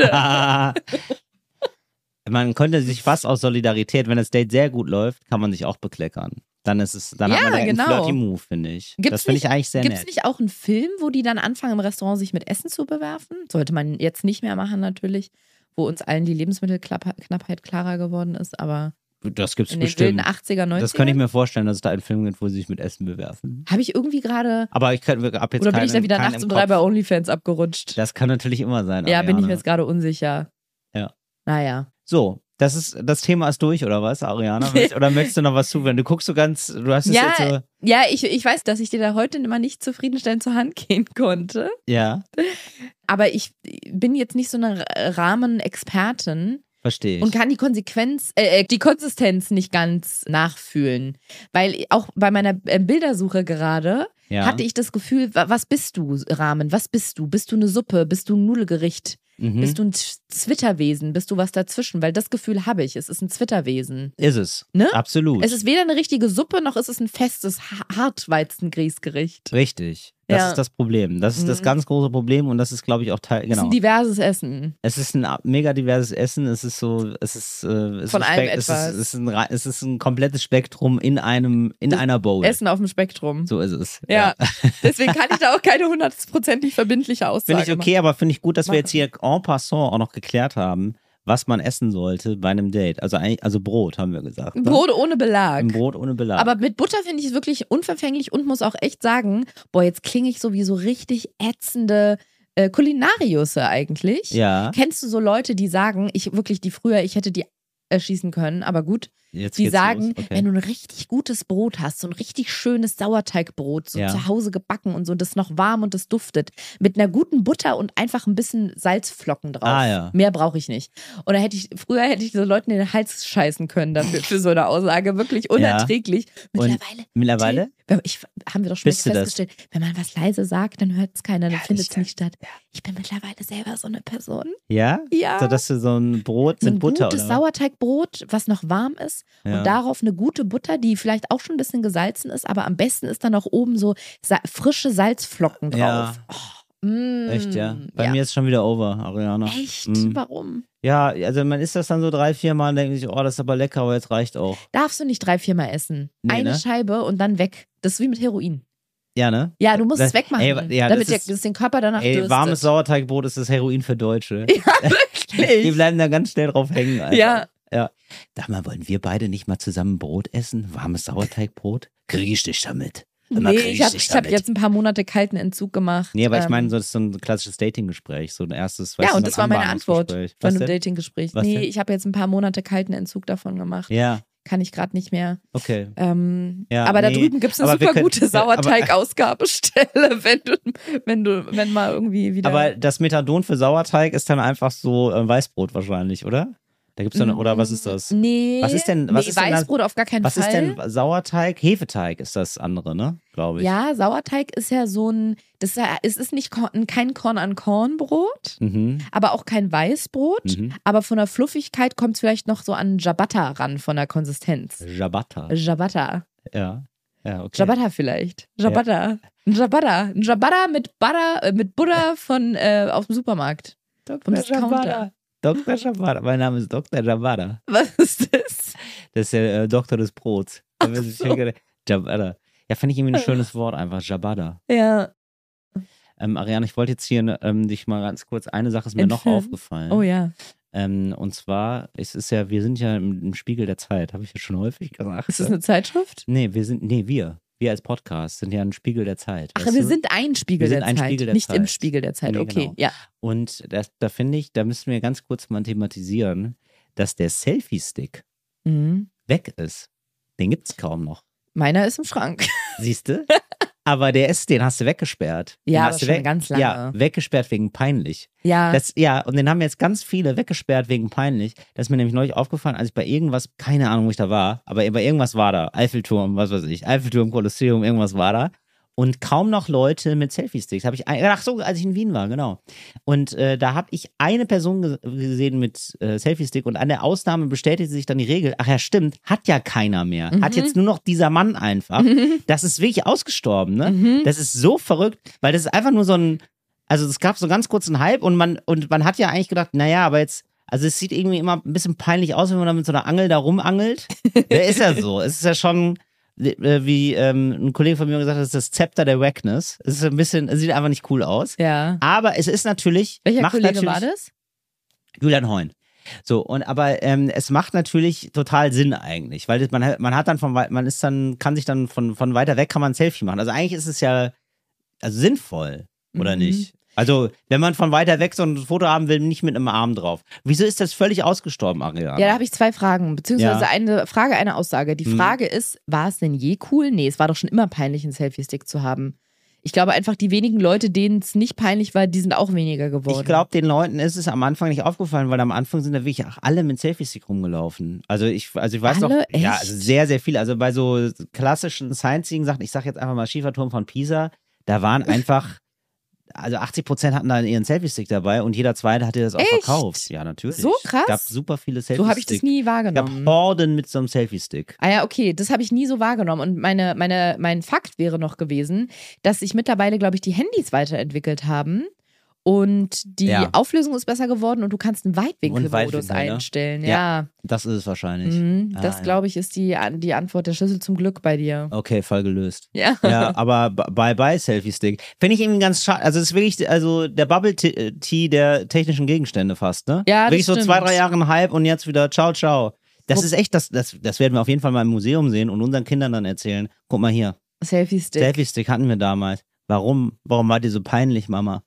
D: mal, Leute.
C: [LAUGHS] man könnte sich fast aus Solidarität, wenn das Date sehr gut läuft, kann man sich auch bekleckern. Dann ist es, dann
D: Ja,
C: hat man direkt
D: genau.
C: einen flirty Move, finde ich.
D: Gibt's
C: das finde ich
D: nicht-
C: eigentlich sehr
D: Gibt es
C: nett.
D: nicht auch einen Film, wo die dann anfangen, im Restaurant sich mit Essen zu bewerfen? Sollte man jetzt nicht mehr machen, natürlich, wo uns allen die Lebensmittelknappheit klarer geworden ist, aber
C: Das gibt's
D: in den wilden
C: bestimmt.
D: 80er, 90er.
C: Das könnte ich mir vorstellen, dass es da einen Film gibt, wo sie sich mit Essen bewerfen.
D: Habe ich irgendwie gerade.
C: Aber ich könnte ab jetzt
D: Oder bin ich
C: keinen-
D: da wieder
C: keinen
D: nachts um
C: im
D: drei
C: Kopf.
D: bei OnlyFans abgerutscht?
C: Das kann natürlich immer sein.
D: ja, bin ich
C: Ariane.
D: mir jetzt gerade unsicher.
C: Ja.
D: Naja.
C: So, das ist das Thema ist durch oder was, Ariana? Möcht-
D: [LAUGHS]
C: oder möchtest du noch was zuwenden? Du guckst so ganz, du hast es
D: Ja,
C: jetzt so,
D: Ja, ich, ich weiß, dass ich dir da heute immer nicht zufriedenstellend zur Hand gehen konnte.
C: ja,
D: Aber ich bin jetzt nicht so eine Ra- Rahmenexpertin.
C: verstehe ich.
D: Und kann die Konsequenz, äh, äh, die Konsistenz nicht ganz nachfühlen. Weil auch bei meiner äh, Bildersuche gerade
C: ja.
D: hatte ich das Gefühl, wa- was bist du, Rahmen? Was bist du? Bist du eine Suppe? Bist du ein Nudelgericht?
C: Mhm.
D: Bist du ein Z- Zwitterwesen? Bist du was dazwischen? Weil das Gefühl habe ich. Es ist ein Zwitterwesen.
C: Ist es.
D: Ne?
C: Absolut.
D: Es ist weder eine richtige Suppe, noch ist es ein festes Ha- Hartweizengrießgericht.
C: Richtig. Das
D: Ja.
C: ist das Problem. Das ist das
D: Mhm.
C: ganz große Problem und das ist, glaube ich, auch Teil.
D: Es ist
C: Genau.
D: ein diverses Essen.
C: Es ist ein ab- mega diverses Essen. Es ist so, es ist, äh, es
D: Von
C: ist
D: allem
C: Spek- es
D: etwas.
C: Ist, es, ist ein, Ra- es ist ein komplettes Spektrum in einem, in
D: Das
C: einer Bowl.
D: Essen auf dem Spektrum.
C: So ist es.
D: Ja. [LAUGHS] Deswegen kann ich da auch keine hundertprozentig verbindliche Aussage
C: Finde ich okay, aber finde ich gut, dass wir
D: Machen.
C: jetzt hier en passant auch noch geklärt haben, was man essen sollte bei einem Date. Also eigentlich, also Brot, haben wir gesagt.
D: machen.
C: ne?
D: Brot ohne Belag.
C: Ein Brot ohne Belag.
D: Aber mit Butter finde ich es wirklich unverfänglich und muss auch echt sagen, boah, jetzt klinge ich so wie so richtig ätzende äh, Kulinariusse eigentlich.
C: ja.
D: Kennst du so Leute, die sagen, ich wirklich die früher, ich hätte die erschießen können, aber gut,
C: Jetzt
D: die
C: geht's
D: sagen,
C: los. Okay.
D: wenn du ein richtig gutes Brot hast, so ein richtig schönes Sauerteigbrot, so
C: Ja.
D: zu Hause gebacken und so, das ist noch warm und das duftet, mit einer guten Butter und einfach ein bisschen Salzflocken drauf.
C: Ah, ja.
D: Mehr brauche ich nicht. Und da hätte ich, früher hätte ich so Leuten in den Hals scheißen können dafür, für so eine Aussage. Wirklich unerträglich.
C: Und
D: Mittlerweile.
C: Mittlerweile?
D: Wenn- Ich, haben wir doch schon mal
C: Bist du das?
D: festgestellt, wenn man was leise sagt, dann hört es keiner, dann
C: Ja,
D: findet es
C: sicher.
D: nicht statt.
C: Ja.
D: Ich bin mittlerweile selber so eine Person.
C: Ja?
D: Ja.
C: So, dass du so ein Brot
D: so ein
C: mit Butter
D: gutes
C: oder was?
D: Sauerteigbrot, was noch warm ist
C: Ja.
D: und darauf eine gute Butter, die vielleicht auch schon ein bisschen gesalzen ist, aber am besten ist dann auch oben so sa frische Salzflocken drauf.
C: Ja.
D: Oh, mm,
C: Echt, ja. Bei
D: ja.
C: mir ist schon wieder over, Ariana.
D: Echt?
C: Mm.
D: Warum?
C: Ja, also man isst das dann so drei, vier Mal und denkt sich, oh, das ist aber lecker, aber jetzt reicht auch.
D: Darfst du nicht drei, viermal essen?
C: Nee,
D: Eine
C: ne?
D: Scheibe und dann weg. Das ist wie mit Heroin.
C: Ja, ne?
D: Ja, du musst
C: Das-
D: es wegmachen,
C: ey, ja, das
D: damit
C: ist-
D: der, das den Körper danach
C: Ey,
D: dürstet.
C: warmes Sauerteigbrot ist das Heroin für Deutsche.
D: [LAUGHS] Ja,
C: [LAUGHS] Die
D: wirklich.
C: bleiben da ganz schnell drauf hängen. Alter.
D: Ja.
C: ja. Sag mal, wollen wir beide nicht mal zusammen Brot essen? Warmes Sauerteigbrot? Krieg ich dich damit. Immer
D: Nee,
C: krieg
D: ich habe
C: dich
D: hab
C: damit.
D: jetzt ein paar Monate kalten Entzug gemacht.
C: Nee, aber ich
D: Ähm,
C: meine, so, das ist so ein klassisches Dating-Gespräch. So ein erstes, weißt
D: ja,
C: du,
D: und
C: so
D: das
C: ein
D: war meine Antwort
C: Anbahnungsgespräch.
D: von
C: Was
D: einem
C: denn?
D: Datinggespräch.
C: Was
D: Nee,
C: denn?
D: ich habe jetzt ein paar Monate kalten Entzug davon gemacht.
C: Ja,
D: Kann ich gerade nicht mehr.
C: okay.
D: Ähm,
C: Ja,
D: aber da
C: nee,
D: drüben gibt es eine
C: aber wir
D: super
C: können-
D: gute
C: ja, aber-
D: Sauerteig-Ausgabestelle, [LAUGHS] wenn du, wenn du, wenn mal irgendwie wieder.
C: Aber das Methadon für Sauerteig ist dann einfach so äh, Weißbrot wahrscheinlich, oder? Da gibt's
D: Mm,
C: dann, oder was ist das?
D: Nee,
C: Was ist denn- was
D: nee
C: ist denn das-
D: Weißbrot auf gar keinen
C: Was
D: Fall.
C: ist denn Sauerteig? Hefeteig ist das andere, ne? Glaube ich.
D: Ja, Sauerteig ist ja so ein, das ist, ja- es ist nicht Korn, kein Korn-an-Korn-Brot,
C: Mhm.
D: aber auch kein Weißbrot.
C: Mhm.
D: Aber von der Fluffigkeit kommt es vielleicht noch so an Ciabatta ran, von der Konsistenz.
C: Jabata.
D: Ciabatta.
C: Ja. Ja, okay.
D: Ciabatta vielleicht. Ciabatta. Ein Ciabatta. Ein Ciabatta mit Butter, äh, mit Butter von, äh, aus dem Supermarkt. [LAUGHS]
C: Dr.
D: vom Discounter.
C: Jabata. Dr. Jabata. Mein Name ist Dr. Jabata.
D: Was ist das?
C: Das ist der äh, Doktor des Brots. Ach
D: so.
C: Jabata. Ja, fand ich irgendwie ein schönes Wort einfach. Jabata.
D: Ja.
C: Ähm, Ariane, ich wollte jetzt hier ähm, dich mal ganz kurz, eine Sache ist mir noch
D: Entführen?
C: aufgefallen.
D: Oh ja.
C: Ähm, und zwar, es ist ja, wir sind ja im, im Spiegel der Zeit, habe ich ja schon häufig gesagt.
D: Ist das eine Zeitschrift?
C: nee, wir sind, nee, wir. Wir als Podcast sind ja ein Spiegel der Zeit.
D: Ach,
C: weißt
D: wir
C: du?
D: sind ein Spiegel
C: Wir sind
D: der
C: ein
D: Zeit.
C: Spiegel der
D: Nicht im
C: Zeit.
D: Spiegel der Zeit.
C: Nee,
D: okay,
C: genau.
D: ja.
C: Und das, da finde ich, da müssen wir ganz kurz mal thematisieren, dass der Selfie-Stick
D: Mhm.
C: weg ist. Den gibt es kaum noch.
D: Meiner ist im Schrank. [LAUGHS]
C: Siehst du? Aber der ist, den hast du weggesperrt. Den
D: Ja,
C: hast
D: aber
C: du
D: schon ganz lange.
C: Ja, weggesperrt wegen peinlich.
D: Ja.
C: Das, ja, und den haben jetzt ganz viele weggesperrt wegen peinlich. Das ist mir nämlich neulich aufgefallen, als ich bei irgendwas, keine Ahnung, wo ich da war, aber bei irgendwas war da. Eiffelturm, was weiß ich. Eiffelturm, Kolosseum, irgendwas war da. Und kaum noch Leute mit Selfie-Sticks. Habe ich ein, ach so, als ich in Wien war, genau. Und äh, da habe ich eine Person ge gesehen mit äh, Selfie-Stick und an der Ausnahme bestätigte sich dann die Regel, ach ja, stimmt, hat ja keiner mehr. Hat jetzt nur noch dieser Mann einfach. Das ist wirklich ausgestorben, ne? Das ist so verrückt, weil das ist einfach nur so ein, also es gab so ganz kurz einen Hype und man, und man hat ja eigentlich gedacht, naja, aber jetzt, also es sieht irgendwie immer ein bisschen peinlich aus, wenn man da mit so einer Angel
D: [LAUGHS]
C: da rumangelt. Der ist ja so. Es ist ja schon, äh, wie ähm, ein Kollege von mir gesagt hat, das ist das Zepter der Wackness. Es ist ein bisschen, es sieht einfach nicht cool aus.
D: ja.
C: Aber es ist natürlich.
D: Welcher
C: macht
D: Kollege
C: natürlich,
D: war das?
C: Julian Heun. So, und aber ähm, es macht natürlich total Sinn eigentlich, weil das- man, hat- man hat dann von wei- man ist dann, kann sich dann von, von weiter weg kann man ein Selfie machen. Also eigentlich ist es ja also sinnvoll, oder
D: Mhm.
C: nicht? Also, wenn man von weiter weg so ein Foto haben will, nicht mit einem Arm drauf. Wieso ist das völlig ausgestorben, Ariane?
D: Ja, da habe ich zwei Fragen, beziehungsweise
C: Ja.
D: eine Frage, eine Aussage. Die
C: Mhm.
D: Frage ist, war es denn je cool? Nee, es war doch schon immer peinlich, einen Selfie-Stick zu haben. Ich glaube einfach, die wenigen Leute, denen es nicht peinlich war, die sind auch weniger geworden.
C: Ich glaube, den Leuten ist es am Anfang nicht aufgefallen, weil am Anfang sind da wirklich auch alle mit Selfie-Stick rumgelaufen. Also ich, also ich weiß
D: Alle?
C: noch, ja,
D: Echt?
C: also sehr, sehr viele. Also bei so klassischen Sightseeing-Sachen, ich sag jetzt einfach mal Schieferturm von Pisa, da waren einfach, also 80 Prozent hatten da ihren Selfie-Stick dabei und jeder zweite hatte das auch
D: Echt?
C: verkauft. Ja, natürlich.
D: So krass?
C: Es gab super viele Selfie-Sticks.
D: so habe ich das nie
C: Es gab
D: wahrgenommen.
C: Horden mit so einem Selfie-Stick.
D: Ah ja, okay, das habe ich nie so wahrgenommen. Und meine, meine, mein Fakt wäre noch gewesen, dass sich mittlerweile, glaube ich, die Handys weiterentwickelt haben. Und die
C: Ja.
D: Auflösung ist besser geworden und du kannst einen Weitwinkelmodus
C: Weitwinkel, ne?
D: einstellen. Ja,
C: Ja. Das ist es wahrscheinlich.
D: Mhm.
C: Ah,
D: das
C: ja.
D: glaube ich ist die, die Antwort der Schlüssel zum Glück bei dir.
C: Okay, Fall gelöst.
D: Ja.
C: Ja, aber b- bye-bye Selfie-Stick. Finde ich eben ganz schade. Also es ist wirklich also der Bubble-Tea der technischen Gegenstände fast, ne?
D: Ja, das
C: Wirklich so
D: stimmt.
C: zwei, drei Jahre im Hype und jetzt wieder ciao, ciao. Das
D: Wo-
C: ist echt, das, das, das werden wir auf jeden Fall mal im Museum sehen und unseren Kindern dann erzählen. Guck mal hier,
D: [LAUGHS] Selfie-Stick.
C: Selfie-Stick hatten wir damals. Warum? Warum war die so peinlich, Mama?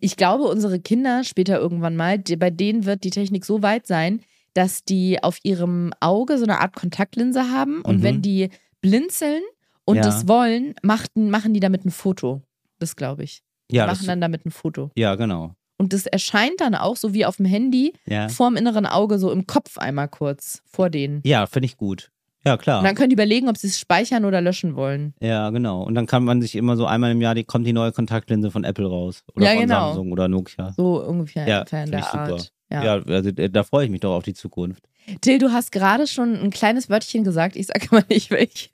D: Ich glaube, unsere Kinder später irgendwann mal, die, bei denen wird die Technik so weit sein, dass die auf ihrem Auge so eine Art Kontaktlinse haben und
C: Mhm.
D: wenn die blinzeln und
C: Ja.
D: das wollen, machten, machen die damit ein Foto. Das glaube ich.
C: Ja,
D: machen
C: das,
D: dann damit ein Foto.
C: ja, genau.
D: Und das erscheint dann auch so wie auf dem Handy
C: Ja,
D: vorm inneren Auge so im Kopf einmal kurz vor denen.
C: ja finde ich gut. Ja, klar.
D: Und dann können die überlegen, ob sie es speichern oder löschen wollen.
C: Ja, genau. Und dann kann man sich immer so einmal im Jahr, die kommt die neue Kontaktlinse von Apple raus. Oder
D: Ja,
C: von
D: genau.
C: Samsung oder Nokia.
D: So ungefähr
C: Ja,
D: ungefähr in
C: finde
D: der
C: ich super.
D: Art. Ja.
C: Ja, also äh, da freue ich mich doch auf die Zukunft.
D: Till, du hast gerade schon ein kleines Wörtchen gesagt. Ich sage [LAUGHS] mal nicht welches.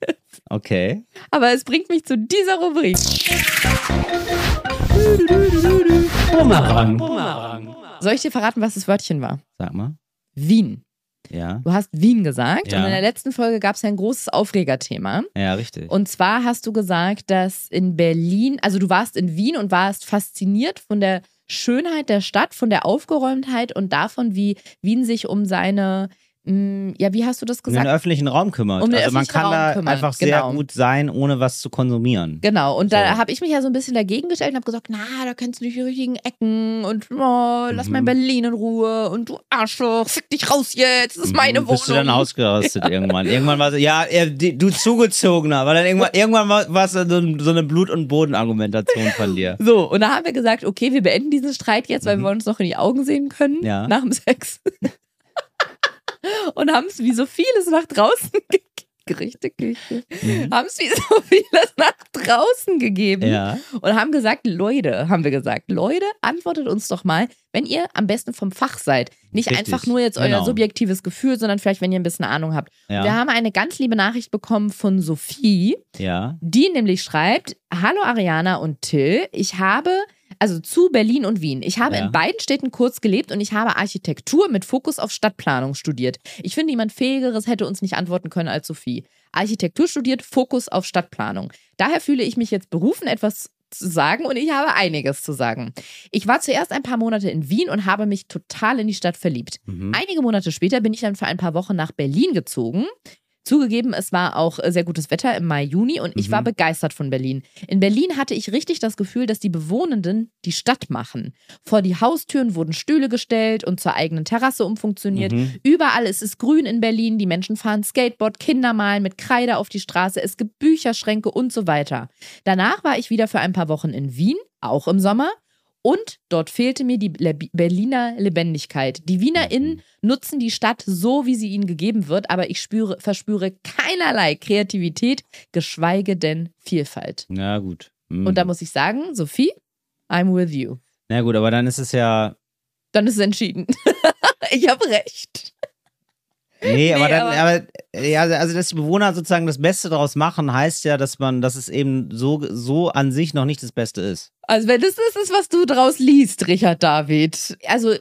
C: Okay.
D: Aber es bringt mich zu dieser Rubrik.
C: Bumerang.
D: Soll ich dir verraten, was das Wörtchen war?
C: Sag mal.
D: Wien.
C: Ja.
D: Du hast Wien gesagt
C: Ja.
D: und in der letzten Folge gab es ja ein großes Aufregerthema.
C: Ja, richtig.
D: Und zwar hast du gesagt, dass in Berlin, also du warst in Wien und warst fasziniert von der Schönheit der Stadt, von der Aufgeräumtheit und davon, wie Wien sich um seine, mh, ja, wie hast du das
C: um den
D: gesagt?
C: öffentlichen Raum kümmert.
D: Um den
C: also man
D: öffentlichen
C: kann da
D: Raum kümmern,
C: einfach
D: genau.
C: sehr gut sein, ohne was zu konsumieren.
D: Genau, und da
C: So.
D: habe ich mich ja so ein bisschen dagegen gestellt und habe gesagt, na, da kennst du nicht die richtigen Ecken und oh, lass
C: Mhm.
D: mein Berlin in Ruhe und du Arschloch, fick dich raus jetzt, das ist meine
C: Mhm.
D: Wohnung.
C: Bist du dann ausgerastet irgendwann? Irgendwann war so, ja, äh, die- du zugezogener, aber dann irgendwann, irgendwann war war es dann so, so eine Blut- und Boden-Argumentation von
D: [LAUGHS]
C: dir.
D: So, und da haben wir gesagt, okay, wir beenden diesen Streit jetzt, weil
C: Mhm.
D: wir uns noch in die Augen sehen können
C: Ja.
D: nach dem Sex. [LAUGHS] und haben es wie so vieles nach draußen [LAUGHS] gegeben. Richtig, Haben es wie so vieles nach draußen gegeben.
C: Mhm. Ja.
D: Und haben gesagt, Leute, haben wir gesagt, Leute, antwortet uns doch mal, wenn ihr am besten vom Fach seid. Nicht
C: Richtig,
D: einfach nur jetzt euer
C: genau.
D: subjektives Gefühl, sondern vielleicht, wenn ihr ein bisschen Ahnung habt. Wir
C: Ja.
D: haben eine ganz liebe Nachricht bekommen von Sophie.
C: Ja.
D: Die nämlich schreibt: Hallo Ariana und Till, ich habe, also zu Berlin und Wien, ich habe
C: Ja.
D: in beiden Städten kurz gelebt und ich habe Architektur mit Fokus auf Stadtplanung studiert. Ich finde, jemand Fähigeres hätte uns nicht antworten können als Sophie. Architektur studiert, Fokus auf Stadtplanung. Daher fühle ich mich jetzt berufen, etwas zu sagen und ich habe einiges zu sagen. Ich war zuerst ein paar Monate in Wien und habe mich total in die Stadt verliebt.
C: Mhm.
D: Einige Monate später bin ich dann für ein paar Wochen nach Berlin gezogen. Zugegeben, es war auch äh, sehr gutes Wetter im Mai, Juni und ich
C: Mhm.
D: war begeistert von Berlin. In Berlin hatte ich richtig das Gefühl, dass die Bewohnenden die Stadt machen. Vor die Haustüren wurden Stühle gestellt und zur eigenen Terrasse umfunktioniert.
C: Mhm.
D: Überall ist es grün in Berlin, die Menschen fahren Skateboard, Kinder malen mit Kreide auf die Straße, es gibt Bücherschränke und so weiter. Danach war ich wieder für ein paar Wochen in Wien, auch im Sommer. Und dort fehlte mir die Le Berliner Lebendigkeit. Die WienerInnen nutzen die Stadt so, wie sie ihnen gegeben wird, aber ich spüre, verspüre keinerlei Kreativität, geschweige denn Vielfalt.
C: Na gut. Mhm.
D: Und da muss ich sagen, Sophie, I'm with you.
C: Na gut, aber dann ist es ja.
D: Dann ist es entschieden. [LAUGHS] ich habe recht.
C: Nee, aber dann,
D: aber-
C: aber, äh, ja, also dass die Bewohner sozusagen das Beste daraus machen, heißt ja, dass man, dass es eben so, so an sich noch nicht das Beste ist.
D: Also, wenn das das ist, was du draus liest, Richard David. Also,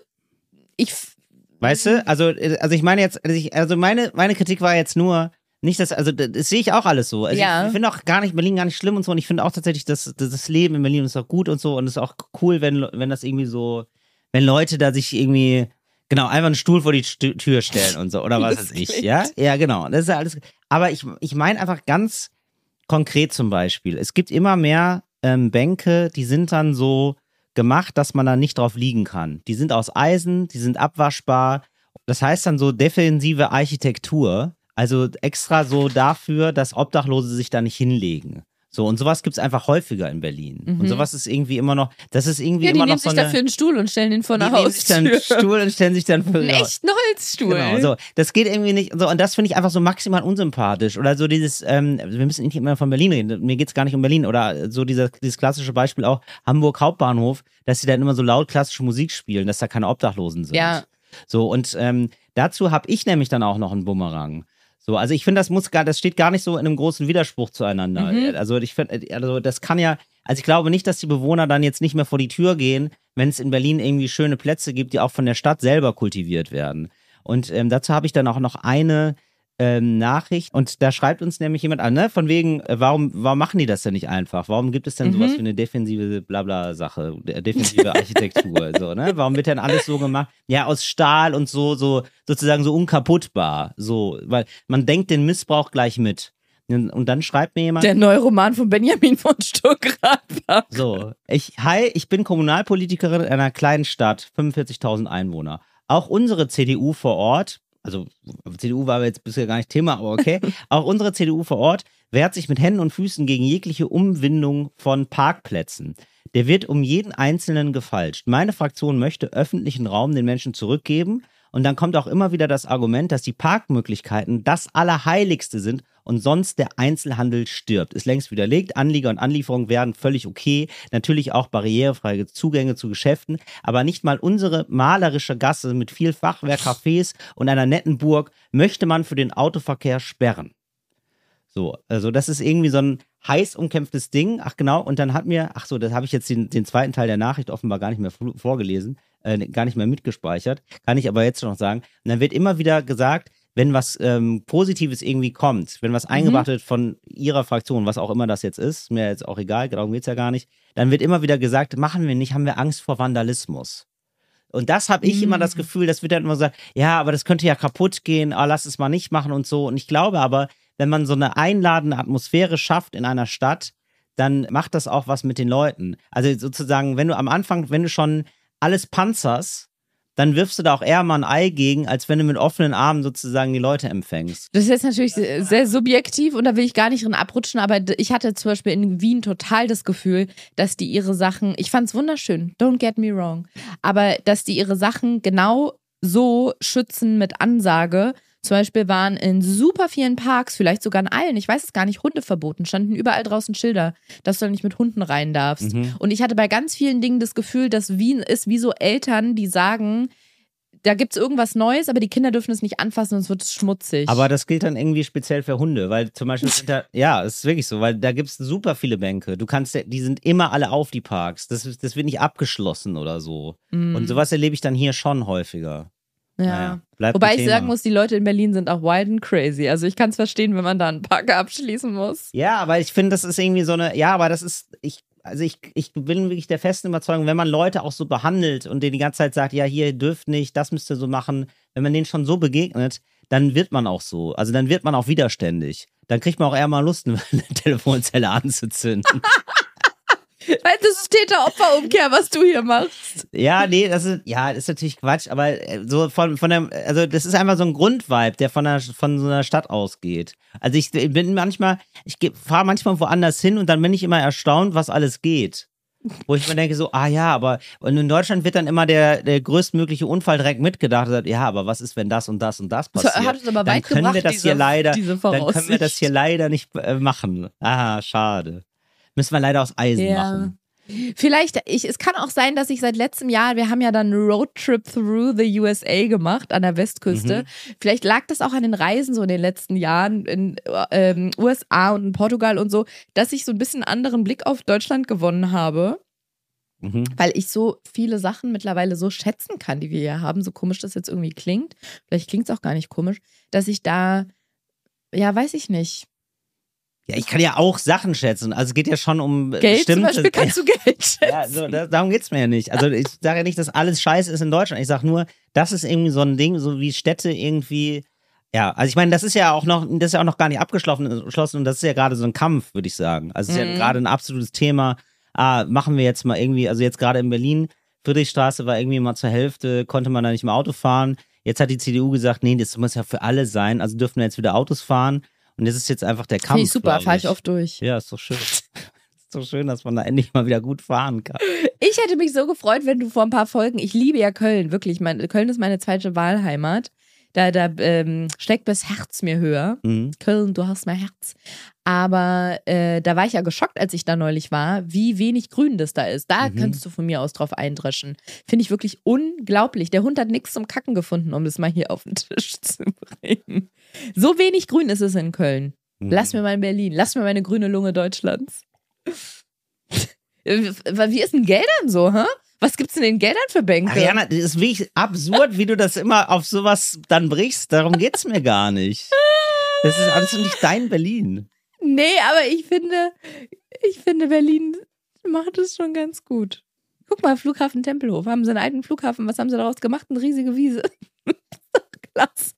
D: ich. f-
C: Weißt du? Also, äh, also ich meine jetzt, also, ich, also meine, meine Kritik war jetzt nur, nicht dass, also das, das sehe ich auch alles so. Also
D: Ja.
C: Ich, ich finde auch gar nicht Berlin gar nicht schlimm und so. Und ich finde auch tatsächlich, dass, dass das Leben in Berlin ist auch gut und so. Und es ist auch cool, wenn, Le- wenn das irgendwie so, wenn Leute da sich irgendwie, genau, einfach einen Stuhl vor die Stü- Tür stellen und so. Oder was
D: Das
C: weiß ich.
D: klingt-
C: Ja, ja, genau. Das ist ja alles. Aber ich, ich meine einfach ganz konkret zum Beispiel. Es gibt immer mehr ähm, Bänke, die sind dann so gemacht, dass man da nicht drauf liegen kann. Die sind aus Eisen, die sind abwaschbar. Das heißt dann so defensive Architektur. Also extra so dafür, dass Obdachlose sich da nicht hinlegen. So, und sowas gibt es einfach häufiger in Berlin.
D: Mhm.
C: Und sowas ist irgendwie immer noch, das ist irgendwie
D: Ja, die
C: immer
D: nehmen
C: noch so
D: sich
C: eine,
D: dafür einen Stuhl und stellen ihn vor
C: die
D: der
C: nehmen sich dann einen
D: Haustür. [LAUGHS]
C: Stuhl und stellen sich dann vor
D: Einen echten Holzstuhl.
C: Genau, so. Das geht irgendwie nicht. So, und das finde ich einfach so maximal unsympathisch. Oder so dieses, ähm, wir müssen nicht immer von Berlin reden. Mir geht es gar nicht um Berlin. Oder so dieser, dieses klassische Beispiel auch Hamburg Hauptbahnhof, dass sie dann immer so laut klassische Musik spielen, dass da keine Obdachlosen sind.
D: Ja.
C: So, und ähm, dazu habe ich nämlich dann auch noch einen Bumerang. So, also ich finde, das muss gar, das steht gar nicht so in einem großen Widerspruch zueinander.
D: Mhm.
C: Also ich finde, also das kann ja, also ich glaube nicht, dass die Bewohner dann jetzt nicht mehr vor die Tür gehen, wenn es in Berlin irgendwie schöne Plätze gibt, die auch von der Stadt selber kultiviert werden. Und ähm, dazu habe ich dann auch noch eine ähm, Nachricht und da schreibt uns nämlich jemand an, ne? Von wegen, äh, warum, warum machen die das denn nicht einfach? Warum gibt es denn
D: Mhm.
C: sowas wie eine defensive Blabla-Sache, de- defensive Architektur? so, ne? Warum wird denn alles so gemacht? Ja, aus Stahl und so, so sozusagen so unkaputtbar. So, weil man denkt den Missbrauch gleich mit. Und dann schreibt mir jemand.
D: Der neue Roman von Benjamin von Stuckrad.
C: So, ich, hi, ich bin Kommunalpolitikerin in einer kleinen Stadt, 45.000 Einwohner. Auch unsere CDU vor Ort also CDU war aber jetzt bisher gar nicht Thema, aber okay, auch unsere CDU vor Ort wehrt sich mit Händen und Füßen gegen jegliche Umwindung von Parkplätzen. Der wird um jeden Einzelnen gefalscht. Meine Fraktion möchte öffentlichen Raum den Menschen zurückgeben. Und dann kommt auch immer wieder das Argument, dass die Parkmöglichkeiten das Allerheiligste sind und sonst der Einzelhandel stirbt. Ist längst widerlegt. Anlieger und Anlieferungen werden völlig okay. Natürlich auch barrierefreie Zugänge zu Geschäften. Aber nicht mal unsere malerische Gasse mit viel Fachwerk, Cafés und einer netten Burg möchte man für den Autoverkehr sperren. So, also das ist irgendwie so ein heiß umkämpftes Ding. Ach genau, und dann hat mir, ach so, das habe ich jetzt den, den zweiten Teil der Nachricht offenbar gar nicht mehr fl- vorgelesen, äh, gar nicht mehr mitgespeichert, kann ich aber jetzt schon noch sagen. Und dann wird immer wieder gesagt, wenn was ähm, Positives irgendwie kommt, wenn was eingebracht wird von ihrer Fraktion, was auch immer das jetzt ist, mir jetzt auch egal, darum geht's ja gar nicht, dann wird immer wieder gesagt, machen wir nicht, haben wir Angst vor Vandalismus. Und das habe ich immer das Gefühl, das wird dann immer gesagt, ja, aber das könnte ja kaputt gehen, ah, lass es mal nicht machen und so. Und ich glaube aber, wenn man so eine einladende Atmosphäre schafft in einer Stadt, dann macht das auch was mit den Leuten. Also sozusagen, wenn du am Anfang, wenn du schon alles panzerst, dann wirfst du da auch eher mal ein Ei gegen, als wenn du mit offenen Armen sozusagen die Leute empfängst.
D: Das ist jetzt natürlich se- sehr subjektiv und da will ich gar nicht drin abrutschen, aber d- ich hatte zum Beispiel in Wien total das Gefühl, dass die ihre Sachen, ich fand es wunderschön, don't get me wrong, aber dass die ihre Sachen genau so schützen mit Ansage. Zum Beispiel waren in super vielen Parks, vielleicht sogar in allen, ich weiß es gar nicht, Hunde verboten, standen überall draußen Schilder, dass du nicht mit Hunden rein darfst.
C: Mhm.
D: Und ich hatte bei ganz vielen Dingen das Gefühl, dass Wien ist wie so Eltern, die sagen, da gibt es irgendwas Neues, aber die Kinder dürfen es nicht anfassen, sonst wird es schmutzig.
C: Aber das gilt dann irgendwie speziell für Hunde, weil zum
D: [LAUGHS]
C: Beispiel sind da, ja, es ist wirklich so, weil da gibt es super viele Bänke. Du kannst, ja- die sind immer alle auf die Parks. Das, ist- das wird nicht abgeschlossen oder so.
D: Mm.
C: Und sowas erlebe ich dann hier schon häufiger.
D: Ja.
C: Naja, bleibt ein
D: Wobei ich
C: Thema.
D: sagen muss, die Leute in Berlin sind auch wild and crazy. Also ich kann es verstehen, wenn man da einen Park abschließen muss.
C: Ja, aber ich finde, das ist irgendwie so eine, ja, aber das ist, ich, also ich, ich bin wirklich der festen Überzeugung, wenn man Leute auch so behandelt und denen die ganze Zeit sagt, ja, hier ihr dürft nicht, das müsst ihr so machen, wenn man denen schon so begegnet, dann wird man auch so. Also dann wird man auch widerständig. Dann kriegt man auch eher mal Lust, [LAUGHS] eine Telefonzelle anzuzünden.
D: Weil das ist Täter-Opfer-Umkehr, was du hier machst.
C: Ja, nee, das ist, ja, das ist natürlich Quatsch, aber äh, so von, von der, also das ist einfach so ein Grundvibe, der von, der, von so einer Stadt ausgeht. Also ich bin manchmal, ich fahre manchmal woanders hin und dann bin ich immer erstaunt, was alles geht. Wo ich mir denke, so, ah ja, aber und in Deutschland wird dann immer der, der größtmögliche Unfall direkt mitgedacht. Und sagt, ja, aber was ist, wenn das und das und das
D: So,
C: passiert?
D: hat uns aber
C: dann
D: weit
C: können wir
D: gebracht,
C: das
D: diese-
C: hier leider,
D: diese
C: dann können wir das
D: Voraussicht.
C: hier leider nicht äh, machen. Ah, schade. Müssen wir leider aus Eisen
D: Ja.
C: machen.
D: Vielleicht, ich, es kann auch sein, dass ich seit letztem Jahr, wir haben ja dann einen Roadtrip through the USA gemacht an der Westküste.
C: Mhm.
D: Vielleicht lag das auch an den Reisen so in den letzten Jahren in ähm, USA und in Portugal und so, dass ich so ein bisschen anderen Blick auf Deutschland gewonnen habe.
C: Mhm.
D: weil ich so viele Sachen mittlerweile so schätzen kann, die wir hier haben, so komisch das jetzt irgendwie klingt, vielleicht klingt es auch gar nicht komisch, dass ich da, ja, weiß ich nicht.
C: Ja, ich kann ja auch Sachen schätzen. Also es geht ja schon um äh,
D: Geld zum
C: bestimmte-
D: Beispiel kannst du Geld schätzen.
C: [LAUGHS] ja, so, da, darum geht's mir ja nicht. Also ich sage ja nicht, dass alles scheiße ist in Deutschland. Ich sage nur, das ist irgendwie so ein Ding, so wie Städte irgendwie. Ja, also ich meine, das ist ja auch noch, das ist ja auch noch gar nicht abgeschlossen geschlossen und das ist ja gerade so ein Kampf, würde ich sagen. Also es ist ja
D: Mhm.
C: gerade ein absolutes Thema. Ah, machen wir jetzt mal irgendwie, also jetzt gerade in Berlin, Friedrichstraße war irgendwie mal zur Hälfte, konnte man da nicht mehr Auto fahren. Jetzt hat die CDU gesagt, nee, das muss ja für alle sein, also dürfen wir jetzt wieder Autos fahren. Und das ist jetzt einfach der Kampf.
D: Finde ich super,
C: glaub
D: fahre ich oft durch.
C: ja, ist doch schön. [LAUGHS] ist doch schön, dass man da endlich mal wieder gut fahren kann.
D: Ich hätte mich so gefreut, wenn du vor ein paar Folgen, ich liebe ja Köln, wirklich, mein, Köln ist meine zweite Wahlheimat. Da, da ähm, steckt das Herz mir höher.
C: Mhm.
D: Köln, du hast mein Herz. Aber äh, da war ich ja geschockt, als ich da neulich war, wie wenig Grün das da ist. Da
C: Mhm.
D: kannst du von mir aus drauf eindreschen. Finde ich wirklich unglaublich. Der Hund hat nichts zum Kacken gefunden, um das mal hier auf den Tisch [LAUGHS] zu bringen. So wenig Grün ist es in Köln. Lass mir mein Berlin, lass mir meine grüne Lunge Deutschlands. [LAUGHS] Äh, wie ist denn Geldern so, hä? Was gibt's denn in Geldern für Bänke?
C: Ariana, das ist wirklich absurd, wie du das immer auf sowas dann brichst. Darum geht's mir gar nicht. Das ist alles nicht dein Berlin.
D: Nee, aber ich finde, ich finde, Berlin macht es schon ganz gut. Guck mal, Flughafen Tempelhof. Haben sie einen alten Flughafen, was haben sie daraus gemacht? Eine riesige Wiese. [LAUGHS] Klasse.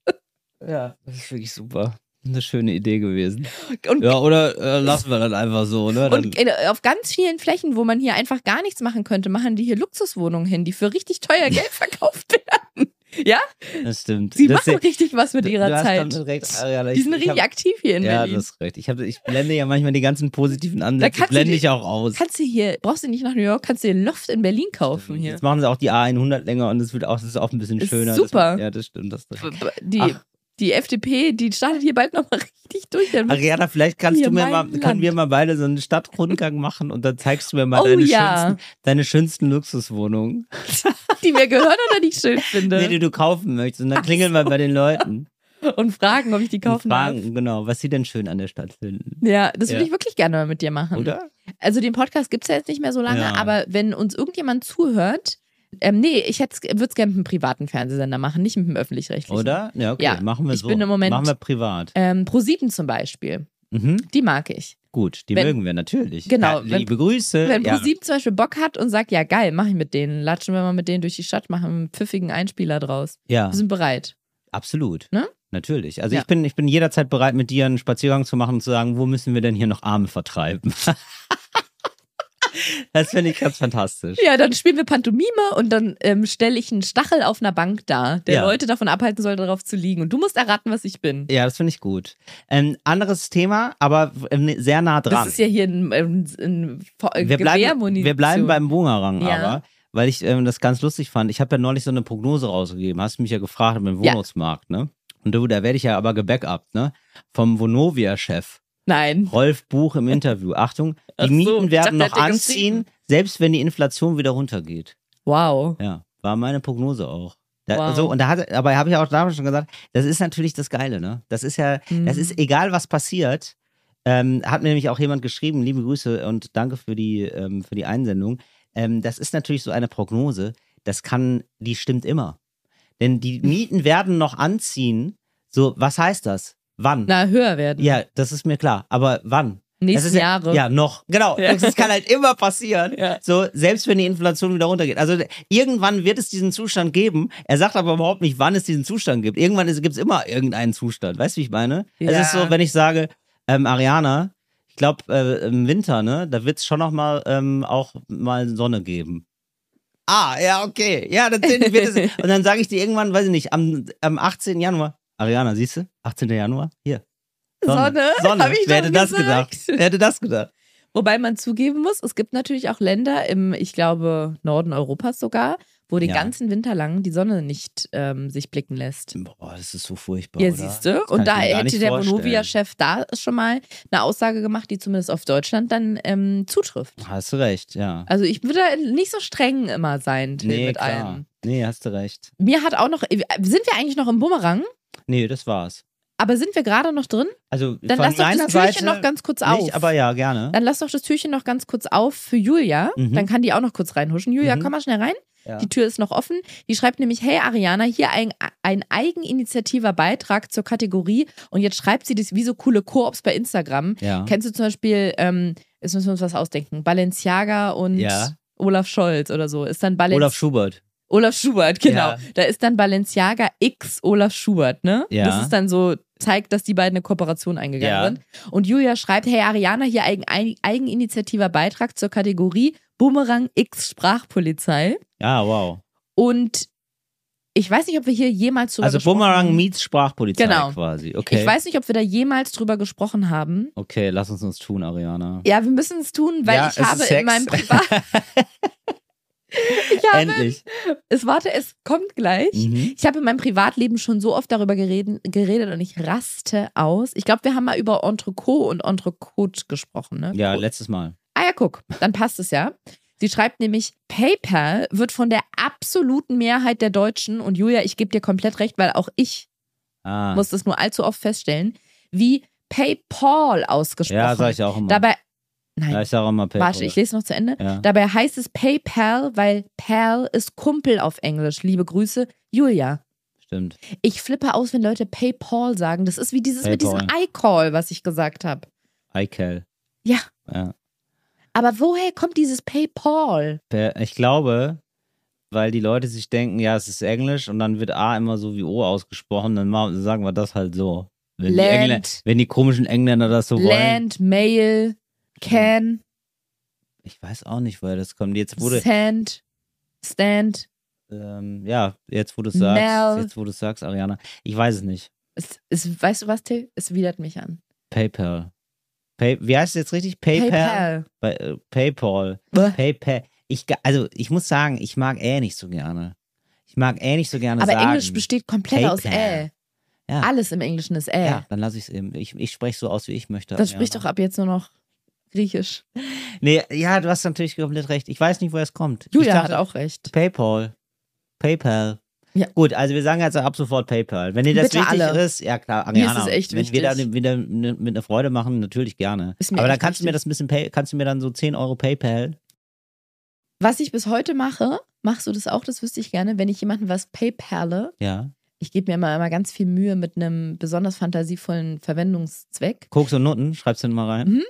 C: Ja, das ist wirklich super. Eine schöne Idee gewesen.
D: Und,
C: Ja, oder äh, lassen wir dann einfach so, ne? Dann,
D: und in, auf ganz vielen Flächen, wo man
C: [LAUGHS]
D: hier einfach gar nichts machen könnte, machen die hier Luxuswohnungen hin, die für richtig teuer Geld verkauft werden. Ja?
C: Das stimmt.
D: Sie
C: das
D: machen richtig was mit
C: du-
D: ihrer
C: du hast
D: Zeit.
C: damit recht, Ariana.
D: Die sind
C: Ich- ich
D: richtig
C: hab-
D: aktiv hier in
C: Ja,
D: Berlin.
C: das ist recht. Ich, hab, ich blende ja manchmal die ganzen positiven Ansätze,
D: kannst du
C: blende
D: die-
C: ich auch aus.
D: Kannst du hier, brauchst du nicht nach New York, kannst du dir Loft in Berlin kaufen hier.
C: Jetzt machen sie auch die A100 länger und es wird auch, das ist auch ein bisschen
D: Ist
C: schöner.
D: super.
C: Das, ja, das stimmt. Das
D: B- b- Die,
C: Ach.
D: die FDP, die startet hier bald nochmal [LAUGHS] richtig durch. Dann wird-
C: Ariana, vielleicht kannst
D: Hier
C: du mir
D: mein
C: mal, können
D: Land.
C: wir mal beide so einen Stadtrundgang machen und dann zeigst du mir mal
D: Oh
C: deine,
D: ja.
C: schönsten, deine schönsten Luxuswohnungen,
D: die mir gehören oder die ich schön
C: nee,
D: finde.
C: die du kaufen möchtest. Und dann klingeln wir bei
D: [LAUGHS]
C: den Leuten
D: und fragen, ob ich die
C: und
D: kaufen darf.
C: fragen, genau, was sie denn schön an der Stadt finden.
D: Ja, das würde
C: Ja.
D: ich wirklich gerne mal mit dir machen.
C: Oder?
D: Also den Podcast gibt es ja jetzt nicht mehr so lange,
C: Ja.
D: aber wenn uns irgendjemand zuhört, ähm, nee, ich würde es gerne mit einem privaten Fernsehsender machen, nicht mit einem öffentlich-rechtlichen.
C: Oder? Ja, okay,
D: Ja,
C: machen wir
D: ich
C: so.
D: bin im Moment-
C: machen wir privat.
D: Ähm, ProSieben zum Beispiel,
C: Mhm.
D: die mag ich.
C: Gut, die
D: Wenn-
C: mögen wir natürlich.
D: Genau,
C: Ja,
D: wenn-
C: liebe Grüße.
D: Wenn
C: Äh, ja.
D: ProSieben zum Beispiel Bock hat und sagt, ja geil, mach ich mit denen, latschen wir mal mit denen durch die Stadt, machen einen pfiffigen Einspieler draus.
C: ja,
D: Wir sind bereit.
C: absolut.
D: Ne?
C: Natürlich. Also
D: Ja.
C: ich, bin, ich bin jederzeit bereit, mit dir einen Spaziergang zu machen und zu sagen, wo müssen wir denn hier noch Arme vertreiben? [LAUGHS] das finde ich ganz fantastisch.
D: Ja, dann spielen wir Pantomime und dann ähm, stelle ich einen Stachel auf einer Bank dar, der
C: Ja.
D: Leute davon abhalten soll, darauf zu liegen. Und du musst erraten, was ich bin.
C: Ja, das finde ich gut. Ähm, anderes Thema, aber ähm, sehr nah dran.
D: Das ist ja hier ein, ein, ein äh,
C: wir, bleiben, wir bleiben beim Boomerang
D: Ja.
C: aber, weil ich ähm, das ganz lustig fand. Ich habe ja neulich so eine Prognose rausgegeben, hast mich ja gefragt mit dem
D: Ja.
C: Wohnungsmarkt, ne? Und du, da werde ich ja aber gebackupt, ne? Vom Vonovia-Chef.
D: Nein.
C: Rolf Buch im Interview. Achtung, die
D: Ach so,
C: Mieten
D: ich
C: werden
D: dachte,
C: noch
D: der hat dir
C: anziehen, selbst wenn die Inflation wieder runtergeht.
D: Wow.
C: Ja, war meine Prognose auch. Da,
D: Wow.
C: So, und da hat, aber habe ich auch damals schon gesagt, das ist natürlich das Geile, ne? Das ist ja, das
D: Mhm.
C: ist egal, was passiert. Ähm, hat mir nämlich auch jemand geschrieben, liebe Grüße und danke für die, ähm, für die Einsendung. Ähm, das ist natürlich so eine Prognose, das kann, die stimmt immer. Denn die
D: Hm.
C: Mieten werden noch anziehen. So, was heißt das? Wann?
D: Na, höher werden.
C: Ja, das ist mir klar. Aber wann? Das
D: Nächsten
C: ist ja,
D: Jahre.
C: Ja, noch. Genau.
D: Ja.
C: Das kann halt immer passieren.
D: Ja.
C: So, selbst wenn die Inflation wieder runtergeht. Also irgendwann wird es diesen Zustand geben. Er sagt aber überhaupt nicht, wann es diesen Zustand gibt. Irgendwann gibt es immer irgendeinen Zustand. Weißt du, wie ich meine?
D: Ja.
C: Es ist so, wenn ich sage, ähm, Ariana, ich glaube, äh, im Winter, ne, da wird es schon noch mal ähm, auch mal Sonne geben. Ah, ja, okay. Ja, dann sind wir
D: [LAUGHS]
C: das. Und dann sage ich dir irgendwann, weiß ich nicht, am, am 18. Januar. Ariana, siehst du? 18. Januar? Hier.
D: Sonne? [LAUGHS]
C: Sonne.
D: Hab ich
C: Wer
D: doch
C: hätte das
D: gesagt.
C: gedacht? Wer hätte das gedacht?
D: Wobei man zugeben muss, es gibt natürlich auch Länder im, ich glaube, Norden Europas sogar, wo den
C: Ja.
D: ganzen Winter lang die Sonne nicht ähm, sich blicken lässt.
C: Boah, das ist so furchtbar.
D: Ja,
C: oder?
D: siehst du.
C: Das kann
D: Und da
C: ich mir gar
D: hätte
C: nicht
D: der
C: vorstellen.
D: Bonovia-Chef da schon mal eine Aussage gemacht, die zumindest auf Deutschland dann ähm, zutrifft.
C: Hast du recht, ja.
D: Also ich würde nicht so streng immer sein Till,
C: Nee,
D: mit
C: klar.
D: allem.
C: Nee, hast du recht.
D: Mir hat auch noch, äh, sind wir eigentlich noch im Bumerang?
C: Nee, das war's.
D: Aber sind wir gerade noch drin?
C: Also
D: Dann
C: von
D: lass doch
C: meiner
D: das Türchen
C: Seite
D: noch ganz kurz auf.
C: nicht, aber ja, gerne.
D: Dann lass doch das Türchen noch ganz kurz auf für Julia.
C: Mhm.
D: Dann kann die auch noch kurz reinhuschen. Julia,
C: Mhm.
D: komm mal schnell rein.
C: Ja.
D: Äh, Die Tür ist noch offen. Die schreibt nämlich, hey Ariana, hier ein, ein eigeninitiativer Beitrag zur Kategorie. Und jetzt schreibt sie das wie so coole Koops bei Instagram.
C: ja.
D: Kennst du zum Beispiel, ähm, jetzt müssen wir uns was ausdenken, Balenciaga und
C: Ja.
D: Olaf Scholz oder so. Ist dann Balen
C: Olaf Schubert.
D: Olaf Schubert, genau.
C: Ja.
D: Da ist dann Balenciaga x Olaf Schubert, ne?
C: Ja.
D: Das ist dann so, zeigt, dass die beiden eine Kooperation eingegangen
C: Ja.
D: sind. Und Julia schreibt, hey Ariana, hier eigen, eigen, eigeninitiativer Beitrag zur Kategorie Bumerang x Sprachpolizei.
C: Ja, wow.
D: Und ich weiß nicht, ob wir hier jemals drüber
C: Also
D: gesprochen
C: Bumerang
D: haben.
C: meets Sprachpolizei
D: Genau.
C: quasi. Okay.
D: Ich weiß nicht, ob wir da jemals drüber gesprochen haben.
C: Okay, lass uns uns tun, Ariana.
D: Ja, wir müssen es tun, weil
C: Ja,
D: ich
C: es
D: habe
C: ist
D: in
C: Sex.
D: meinem Privat...
C: [LAUGHS]
D: ich habe,
C: Endlich.
D: es warte, es kommt gleich.
C: Mhm.
D: Ich habe in meinem Privatleben schon so oft darüber gereden, geredet und ich raste aus. Ich glaube, wir haben mal über Entrecot und Entrecôte gesprochen. Ne?
C: Ja, letztes Mal.
D: Ah ja, guck, dann passt es ja. Sie schreibt nämlich, PayPal wird von der absoluten Mehrheit der Deutschen, und Julia, ich gebe dir komplett recht, weil auch ich
C: Ah.
D: muss das nur allzu oft feststellen, wie PayPal ausgesprochen.
C: ja, sag ich auch immer.
D: Dabei,
C: ja,
D: nein,
C: ich sag auch immer PayPal.
D: warte, ich lese noch zu Ende.
C: ja.
D: Dabei heißt es PayPal, weil Pal ist Kumpel auf Englisch. Liebe Grüße, Julia.
C: Stimmt.
D: Ich flippe aus, wenn Leute PayPal sagen. Das ist wie dieses mit
C: PayPal.
D: diesem iCall, was ich gesagt habe.
C: iCal.
D: Ja.
C: Ja.
D: Aber woher kommt dieses PayPal?
C: Per- Ich glaube, weil die Leute sich denken, ja, es ist Englisch und dann wird A immer so wie O ausgesprochen, dann machen, sagen wir das halt so. Wenn die,
D: Land.
C: Engländer, wenn die komischen Engländer das so wollen.
D: Land, Mail, Can,
C: Ich weiß auch nicht, woher das kommt. Jetzt wurde
D: Send, Stand.
C: ähm, ja, jetzt wo du es sagst,
D: Mel.
C: jetzt wo du es sagst, Ariana, ich weiß es nicht.
D: Es, es, weißt du was, Till? Es widert mich an.
C: PayPal. Pay, wie heißt es jetzt richtig? PayPal. Bei, äh, PayPal.
D: Bäh.
C: PayPal. Ich, ga- also ich muss sagen, ich mag eh nicht so gerne. Ich mag eh nicht so gerne
D: Aber
C: sagen.
D: Englisch besteht komplett aus
C: PayPal.
D: Ä.
C: Ja.
D: Alles im Englischen ist Ä.
C: Ja, dann lasse ich es eben. Ich, ich spreche so aus, wie ich möchte.
D: Das
C: Ariana.
D: spricht doch ab jetzt nur noch Griechisch.
C: Nee, ja, du hast natürlich komplett recht. Ich weiß nicht, woher es kommt.
D: Julia
C: ich dachte,
D: hat auch recht.
C: PayPal. PayPal.
D: Ja.
C: Gut, also wir sagen jetzt ab sofort PayPal. Wenn dir das
D: Bitte
C: wichtig
D: alle.
C: ist, ja klar,
D: Mir ist
C: Ariana.
D: es echt
C: wenn
D: wichtig.
C: wir da wieder ne- mit einer Freude machen, natürlich gerne.
D: Ist mir
C: Aber dann
D: echt
C: kannst du mir
D: wichtig.
C: das ein bisschen, pay, kannst du mir dann so 10 Euro PayPal.
D: Was ich bis heute mache, machst du das auch, das wüsste ich gerne, wenn ich jemandem was PayPale,
C: Ja.
D: ich gebe mir immer, immer ganz viel Mühe mit einem besonders fantasievollen Verwendungszweck.
C: Koks und Nutten, schreibst du denn mal rein.
D: Mhm.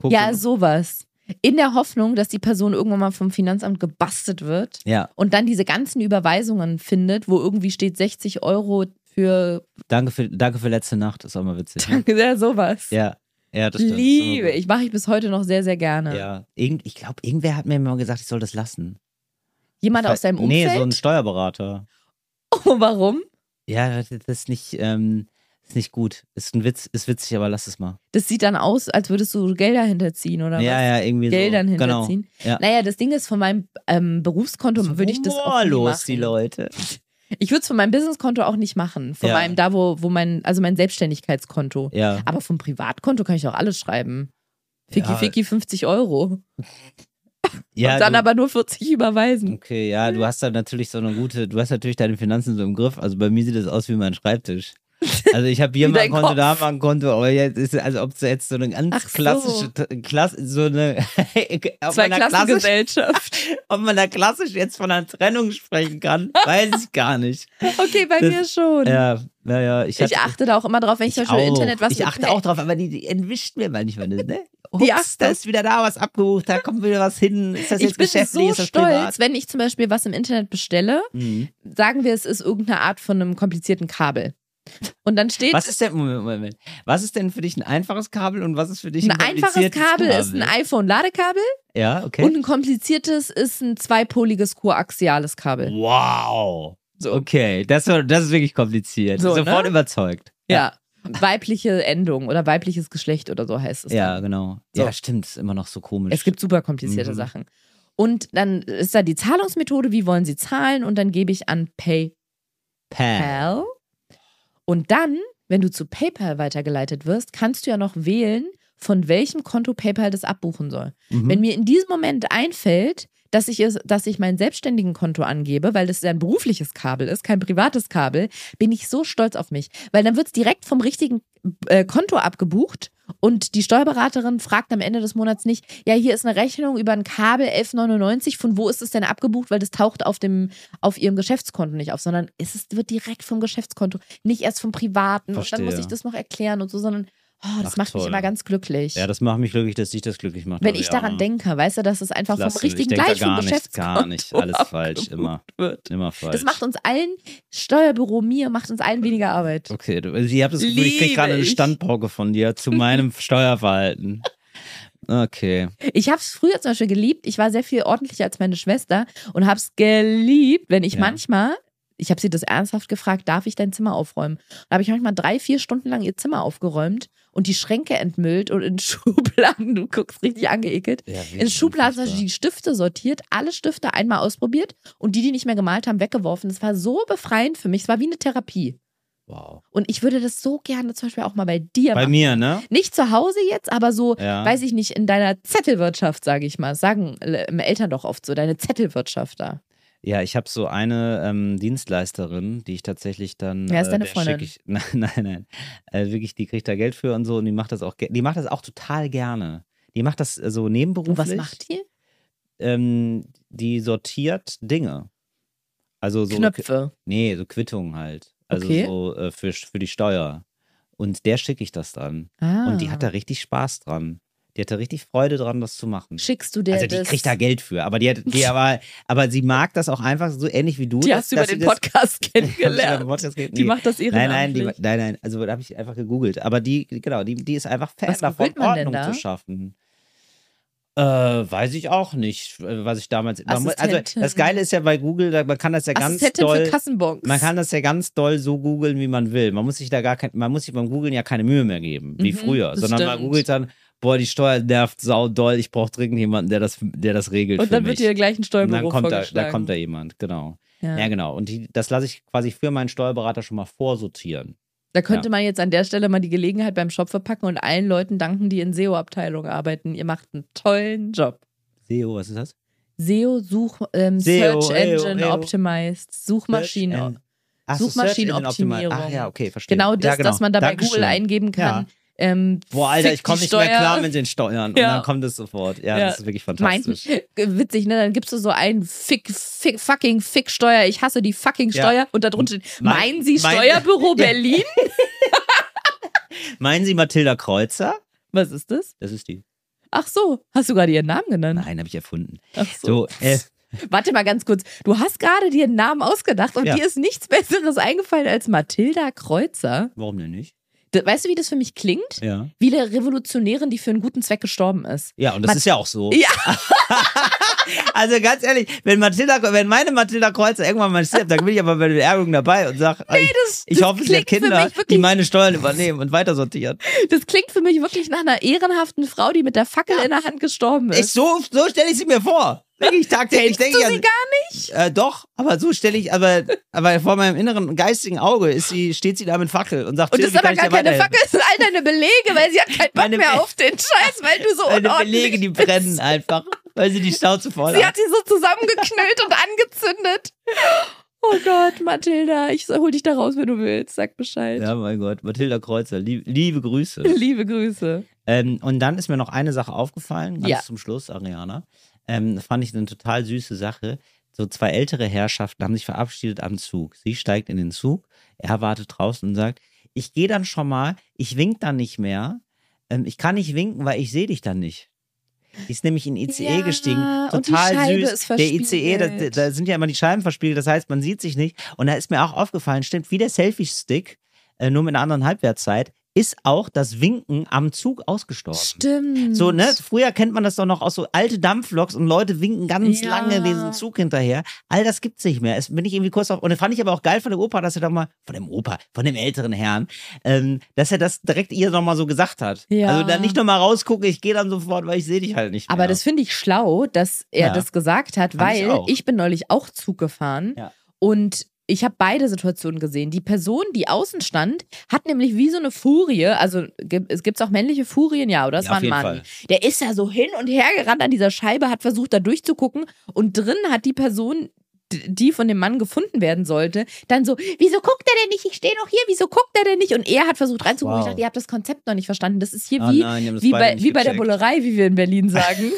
C: Koks
D: ja,
C: und-
D: sowas. In der Hoffnung, dass die Person irgendwann mal vom Finanzamt gebastelt wird
C: Ja,
D: und dann diese ganzen Überweisungen findet, wo irgendwie steht 60 Euro für [LAUGHS]
C: danke für, danke für letzte Nacht, ist auch mal witzig. Ne?
D: ja, sowas.
C: ja, ja, das stimmt.
D: Liebe
C: Ist
D: ich, mache ich bis heute noch sehr, sehr
C: immer
D: gerne.
C: gut. Ja, irgend, ich glaube, irgendwer hat mir mal gesagt, ich soll das lassen.
D: Jemand aus deinem Umfeld?
C: Nee, so ein Steuerberater.
D: oh, [LAUGHS] warum?
C: Ja, das das ist nicht, ähm, ist nicht gut. Ist ein Witz, ist witzig, aber lass es mal.
D: Das sieht dann aus, als würdest du Gelder hinterziehen oder was?
C: ja, ja, irgendwie
D: Geldern
C: so.
D: hinterziehen.
C: Genau. Ja.
D: Naja, das Ding ist, von meinem ähm, Berufskonto
C: So
D: würde ich das auch nie
C: humorlos,
D: machen.
C: die Leute.
D: Ich würde es von meinem Businesskonto auch nicht machen. Von
C: Ja.
D: meinem, da wo, wo mein, also mein Selbstständigkeitskonto.
C: Ja.
D: Aber vom Privatkonto kann ich auch alles schreiben. Ficky,
C: Ja.
D: Ficky, 50 Euro.
C: ja
D: und dann
C: du,
D: aber nur 40 überweisen.
C: Okay, ja, du hast da natürlich so eine gute, du hast natürlich deine Finanzen so im Griff. Also bei mir sieht das aus wie mein Schreibtisch. Also ich habe hier
D: [LAUGHS] Wie
C: mal ein
D: dein
C: Konto,
D: Kopf.
C: da mal ein Konto, aber jetzt ist es, als ob es jetzt so eine ganz
D: Ach so.
C: klassische, Klasse, so eine, [LAUGHS] auf
D: Zwei
C: meiner klassischen
D: Klassengesellschaft.
C: ob man da klassisch jetzt von einer Trennung sprechen kann, weiß ich gar nicht.
D: Okay, bei
C: [LAUGHS] Das-
D: mir schon.
C: [LAUGHS] Ja, naja, ich,
D: Ich achte da auch immer drauf, wenn ich, zum Beispiel im Internet was
C: Ich
D: mit
C: achte
D: Pay-
C: auch drauf, aber die, die entwischt mir manchmal, ne?
D: Die
C: Ups,
D: achtet.
C: da ist wieder da was abgebucht, da kommt wieder was hin. Ist das
D: Ich
C: jetzt
D: bin
C: geschäftlich,
D: so
C: ist das
D: stolz,
C: privat?
D: wenn ich zum Beispiel was im Internet bestelle.
C: Mhm.
D: Sagen wir, es ist irgendeine Art von einem komplizierten Kabel. Und dann steht
C: Was ist denn, Moment, Moment, was ist denn für dich ein einfaches Kabel und was ist für dich ein,
D: ein einfaches
C: kompliziertes
D: Kabel ist ein iPhone-Ladekabel
C: Ja, okay.
D: und ein kompliziertes ist ein zweipoliges koaxiales Kabel.
C: wow. So, okay, das, war- das ist wirklich kompliziert.
D: So,
C: Sofort
D: ne?
C: überzeugt.
D: Ja. Weibliche Endung oder weibliches Geschlecht oder so heißt es.
C: Ja,
D: dann.
C: genau.
D: So.
C: Ja, stimmt, ist immer noch so komisch.
D: Es gibt super komplizierte
C: Mhm.
D: Sachen. Und dann ist da die Zahlungsmethode, wie wollen sie zahlen? Und dann gebe ich an PayPal.
C: Pam.
D: Und dann, wenn du zu PayPal weitergeleitet wirst, kannst du ja noch wählen, von welchem Konto PayPal das abbuchen soll.
C: Mhm.
D: Wenn mir in diesem Moment einfällt, dass ich, es, dass ich mein selbstständigen Konto angebe, weil das ja ein berufliches Kabel ist, kein privates Kabel, bin ich so stolz auf mich. Weil dann wird es direkt vom richtigen äh, Konto abgebucht und die Steuerberaterin fragt am Ende des Monats nicht, ja, hier ist eine Rechnung über ein Kabel 1199, von wo ist es denn abgebucht, weil das taucht auf, dem, auf ihrem Geschäftskonto nicht auf, sondern es ist, wird direkt vom Geschäftskonto, nicht erst vom privaten und dann muss
C: Verstehe.
D: ich das noch erklären und so, sondern oh, das
C: Ach,
D: macht mich
C: toll.
D: immer ganz glücklich.
C: Ja, das macht mich glücklich, dass dich das glücklich macht.
D: Wenn
C: Ariana.
D: ich daran denke, weißt du, dass es einfach
C: Klasse,
D: vom richtigen
C: ich denk da
D: gleich vom
C: gar nicht,
D: Geschäftskonto
C: gar nicht, alles falsch, immer,
D: [LAUGHS] wird.
C: immer falsch.
D: Das macht uns allen, Steuerbüro mir, macht uns allen weniger Arbeit.
C: Okay, du, ich habe das Gefühl, ich krieg
D: Liebe
C: gerade eine
D: ich.
C: Standpauke von dir
D: [LAUGHS]
C: zu meinem Steuerverhalten. Okay.
D: Ich habe es früher zum Beispiel geliebt, ich war sehr viel ordentlicher als meine Schwester und habe es geliebt, wenn ich
C: Ja.
D: manchmal, ich habe sie das ernsthaft gefragt, darf ich dein Zimmer aufräumen? Und Da habe ich manchmal drei, vier Stunden lang ihr Zimmer aufgeräumt und die Schränke entmüllt und in [LAUGHS] Schubladen, du guckst richtig angeekelt, in Schubladen zum Beispiel die Stifte sortiert, alle Stifte einmal ausprobiert und die, die nicht mehr gemalt haben, weggeworfen. Das war so befreiend für mich. Es war wie eine Therapie.
C: Wow.
D: Und ich würde das so gerne zum Beispiel auch mal bei dir
C: Bei
D: machen.
C: mir, ne?
D: Nicht zu Hause jetzt, aber so,
C: Ja.
D: weiß ich nicht, in deiner Zettelwirtschaft, sage ich mal. Das Sagen äh, Eltern doch oft so, deine Zettelwirtschaft da.
C: Ja, ich habe so eine ähm, Dienstleisterin, die ich tatsächlich dann. äh,
D: Wer ist deine
C: der schick
D: Freundin?
C: Ich, [LAUGHS] nein, nein, nein. Äh, wirklich, die kriegt da Geld für und so und die macht das auch. ge- Die macht das auch total gerne. Die macht das äh, so nebenberuflich.
D: Und was macht die?
C: ähm, die sortiert Dinge. Also so
D: Knöpfe.
C: Nee, so Quittungen halt. Also
D: Okay.
C: so äh, für, für die Steuer. Und der schicke ich das dann.
D: Ah.
C: Und die hat da richtig Spaß dran. Die hat da richtig Freude dran, das zu machen.
D: Schickst du dir
C: also die
D: das?
C: kriegt da Geld für. Aber die hat,
D: [LAUGHS]
C: die aber, aber sie mag das auch einfach so ähnlich wie du.
D: die hast du über
C: [LAUGHS] dass
D: den
C: sie das-
D: Podcast
C: Hab ich über den
D: kennengelernt.
C: Podcast ge-
D: Die
C: nee.
D: macht das
C: Nein,
D: ehrenamtlich.
C: nein, die, nein, nein. Also da habe ich einfach gegoogelt. Aber die, genau, die, die ist einfach Fan
D: Was
C: davon,
D: googelt man denn
C: Ordnung
D: da?
C: zu schaffen. Äh, weiß ich auch nicht, äh, was ich damals. Man muss, also
D: Assistentin.
C: das Geile ist ja bei Google, da, man kann das ja ganz
D: Assistentin für
C: doll.
D: Kassenbons.
C: Man kann das ja ganz doll so googeln, wie man will. Man muss sich da gar kein, man muss sich beim Googeln ja keine Mühe mehr geben, wie
D: Mhm,
C: früher,
D: das
C: sondern man
D: stimmt.
C: googelt dann, boah, die Steuer nervt sau doll, ich brauche dringend jemanden, der das, der das regelt.
D: Und dann
C: für mich.
D: wird dir gleich ein
C: Und dann
D: Steuerbüro
C: kommt da,
D: vorgeschlagen.
C: da kommt da jemand, genau. Ja,
D: ja.
C: genau. Und die, das lasse ich quasi für meinen Steuerberater schon mal vorsortieren.
D: Da könnte man jetzt an der Stelle mal die Gelegenheit beim Shop verpacken und allen Leuten danken, die in SEO-Abteilung arbeiten. Ihr macht einen tollen Job.
C: SEO, E was ist das?
D: SEO, E Such, ähm,
C: SEO,
D: Search Engine
C: EO.
D: Optimized,
C: E Search
D: Suchmaschinen.
C: and- Ach so,
D: Suchmaschinenoptimierung.
C: Search Engine Optimi- Ach ja, okay, verstehe.
D: Genau das,
C: ja,
D: dass man da bei Google
C: Dankeschön.
D: eingeben kann.
C: Ja.
D: Ähm,
C: Boah, Alter,
D: fick
C: ich komme
D: die
C: nicht mehr
D: Steuer.
C: klar mit den Steuern. Und
D: Ja.
C: dann kommt es sofort. Ja,
D: Ja.
C: das ist wirklich
D: [LAUGHS] Mein,
C: fantastisch.
D: [LAUGHS] witzig, ne? Dann gibst du so einen Fick, Fick, fucking Fick-Steuer. Ich hasse die fucking
C: Ja.
D: Steuer. Und darunter steht,
C: Mein-
D: meinen Sie
C: mein- [LAUGHS]
D: Steuerbüro Berlin?
C: Meinen Sie Mathilda Kreuzer?
D: Was ist das?
C: Das ist die.
D: Ach so, hast du gerade ihren Namen genannt?
C: Nein, habe ich erfunden.
D: Ach
C: So, äh,
D: Warte mal ganz kurz. Du hast gerade dir einen Namen ausgedacht und
C: Ja.
D: dir ist nichts Besseres eingefallen als Mathilda Kreuzer.
C: warum denn nicht?
D: Da- Weißt du, wie das für mich klingt?
C: Ja.
D: Wie der Revolutionärin, die für einen guten Zweck gestorben ist.
C: Ja, und das
D: Mat-
C: ist ja auch so.
D: Ja.
C: [LAUGHS] also ganz ehrlich, wenn Mathilda, wenn meine Mathilda Kreuzer irgendwann mal stirbt, dann bin ich aber bei der Beerdigung dabei und sage, ich,
D: das-
C: ich
D: das
C: hoffe, sie hat
D: klingt für
C: Kinder,
D: mich
C: die
D: wirklich-
C: meine Steuern übernehmen und weitersortieren.
D: Das klingt für mich wirklich nach einer ehrenhaften Frau, die mit der Fackel in der Hand gestorben
C: Ich,
D: ist.
C: so so stelle ich sie mir vor. Wirklich tagtäglich denke
D: du
C: ich
D: sie
C: an, Äh, doch, aber so stelle ich, aber, aber vor meinem inneren geistigen Auge ist sie, steht sie da mit Fackel und sagt,
D: und das
C: Till,
D: ist
C: wie
D: aber
C: kann ich
D: gar keine
C: dir weiterhelfen?
D: Fackel, das sind all deine Belege, weil sie hat keinen Bock
C: Meine
D: mehr
C: Be-
D: auf den Scheiß, weil du so
C: Meine
D: unordentlich
C: Belege, die
D: bist.
C: brennen einfach, weil sie die Schnauze voll
D: oh, Sie
C: hat.
D: hat die so zusammengeknüllt und angezündet. Oh Gott, Mathilda, ich hol dich da raus, wenn du willst. Sag Bescheid.
C: Ja, mein Gott, Mathilda Kreuzer, lieb, liebe Grüße.
D: Liebe Grüße.
C: ähm, und dann ist mir noch eine Sache aufgefallen, ganz
D: Ja.
C: zum Schluss, Ariana. Ähm, das fand ich eine total süße Sache. So zwei ältere Herrschaften haben sich verabschiedet am Zug. Sie steigt in den Zug, er wartet draußen und sagt, ich gehe dann schon mal, ich wink dann nicht mehr. Ähm, ich kann nicht winken, weil ich sehe dich dann nicht. Die ist nämlich in ICE
D: Ja,
C: gestiegen.
D: und die
C: Total
D: Scheibe
C: süß.
D: ist
C: Der ICE, da,
D: verspiegelt.
C: da sind ja immer die Scheiben verspiegelt, das heißt, man sieht sich nicht. Und da ist mir auch aufgefallen, stimmt, wie der Selfie-Stick, äh, nur mit einer anderen Halbwertszeit, ist auch das Winken am Zug ausgestorben.
D: Stimmt.
C: So, ne? Früher kennt man das doch noch aus so alte Dampfloks und Leute winken ganz
D: Ja.
C: lange diesen Zug hinterher. All das gibt's nicht mehr. Es bin ich irgendwie kurz auf. Und das fand ich aber auch geil von dem Opa, dass er da mal, von dem Opa, von dem älteren Herrn, ähm, dass er das direkt ihr nochmal so gesagt hat.
D: Ja.
C: Also dann nicht nochmal rausgucken, ich gehe dann sofort, weil ich sehe dich halt nicht mehr.
D: Aber das finde ich schlau, dass er
C: Ja.
D: das gesagt hat,
C: Fand ich
D: weil
C: auch.
D: ich, bin neulich auch Zug gefahren
C: Ja.
D: und ich habe beide Situationen gesehen. Die Person, die außen stand, hat nämlich wie so eine Furie, also gibt- es gibt auch männliche Furien, ja, oder? Das
C: Ja,
D: war
C: auf
D: ein
C: jeden
D: Mann.
C: Fall.
D: Der ist ja so hin und her gerannt an dieser Scheibe, hat versucht, da durchzugucken und drin hat die Person d- die von dem Mann gefunden werden sollte, dann so, wieso guckt er denn nicht? Ich stehe doch hier, wieso guckt er denn nicht? Und er hat versucht reinzugucken.
C: Wow.
D: Ich dachte, ihr habt das Konzept noch nicht verstanden. Das ist hier
C: Ah
D: wie,
C: nein, die haben das
D: wie,
C: beide
D: bei,
C: nicht
D: wie bei der
C: gecheckt.
D: Bullerei, wie wir in Berlin
C: [LAUGHS]
D: sagen.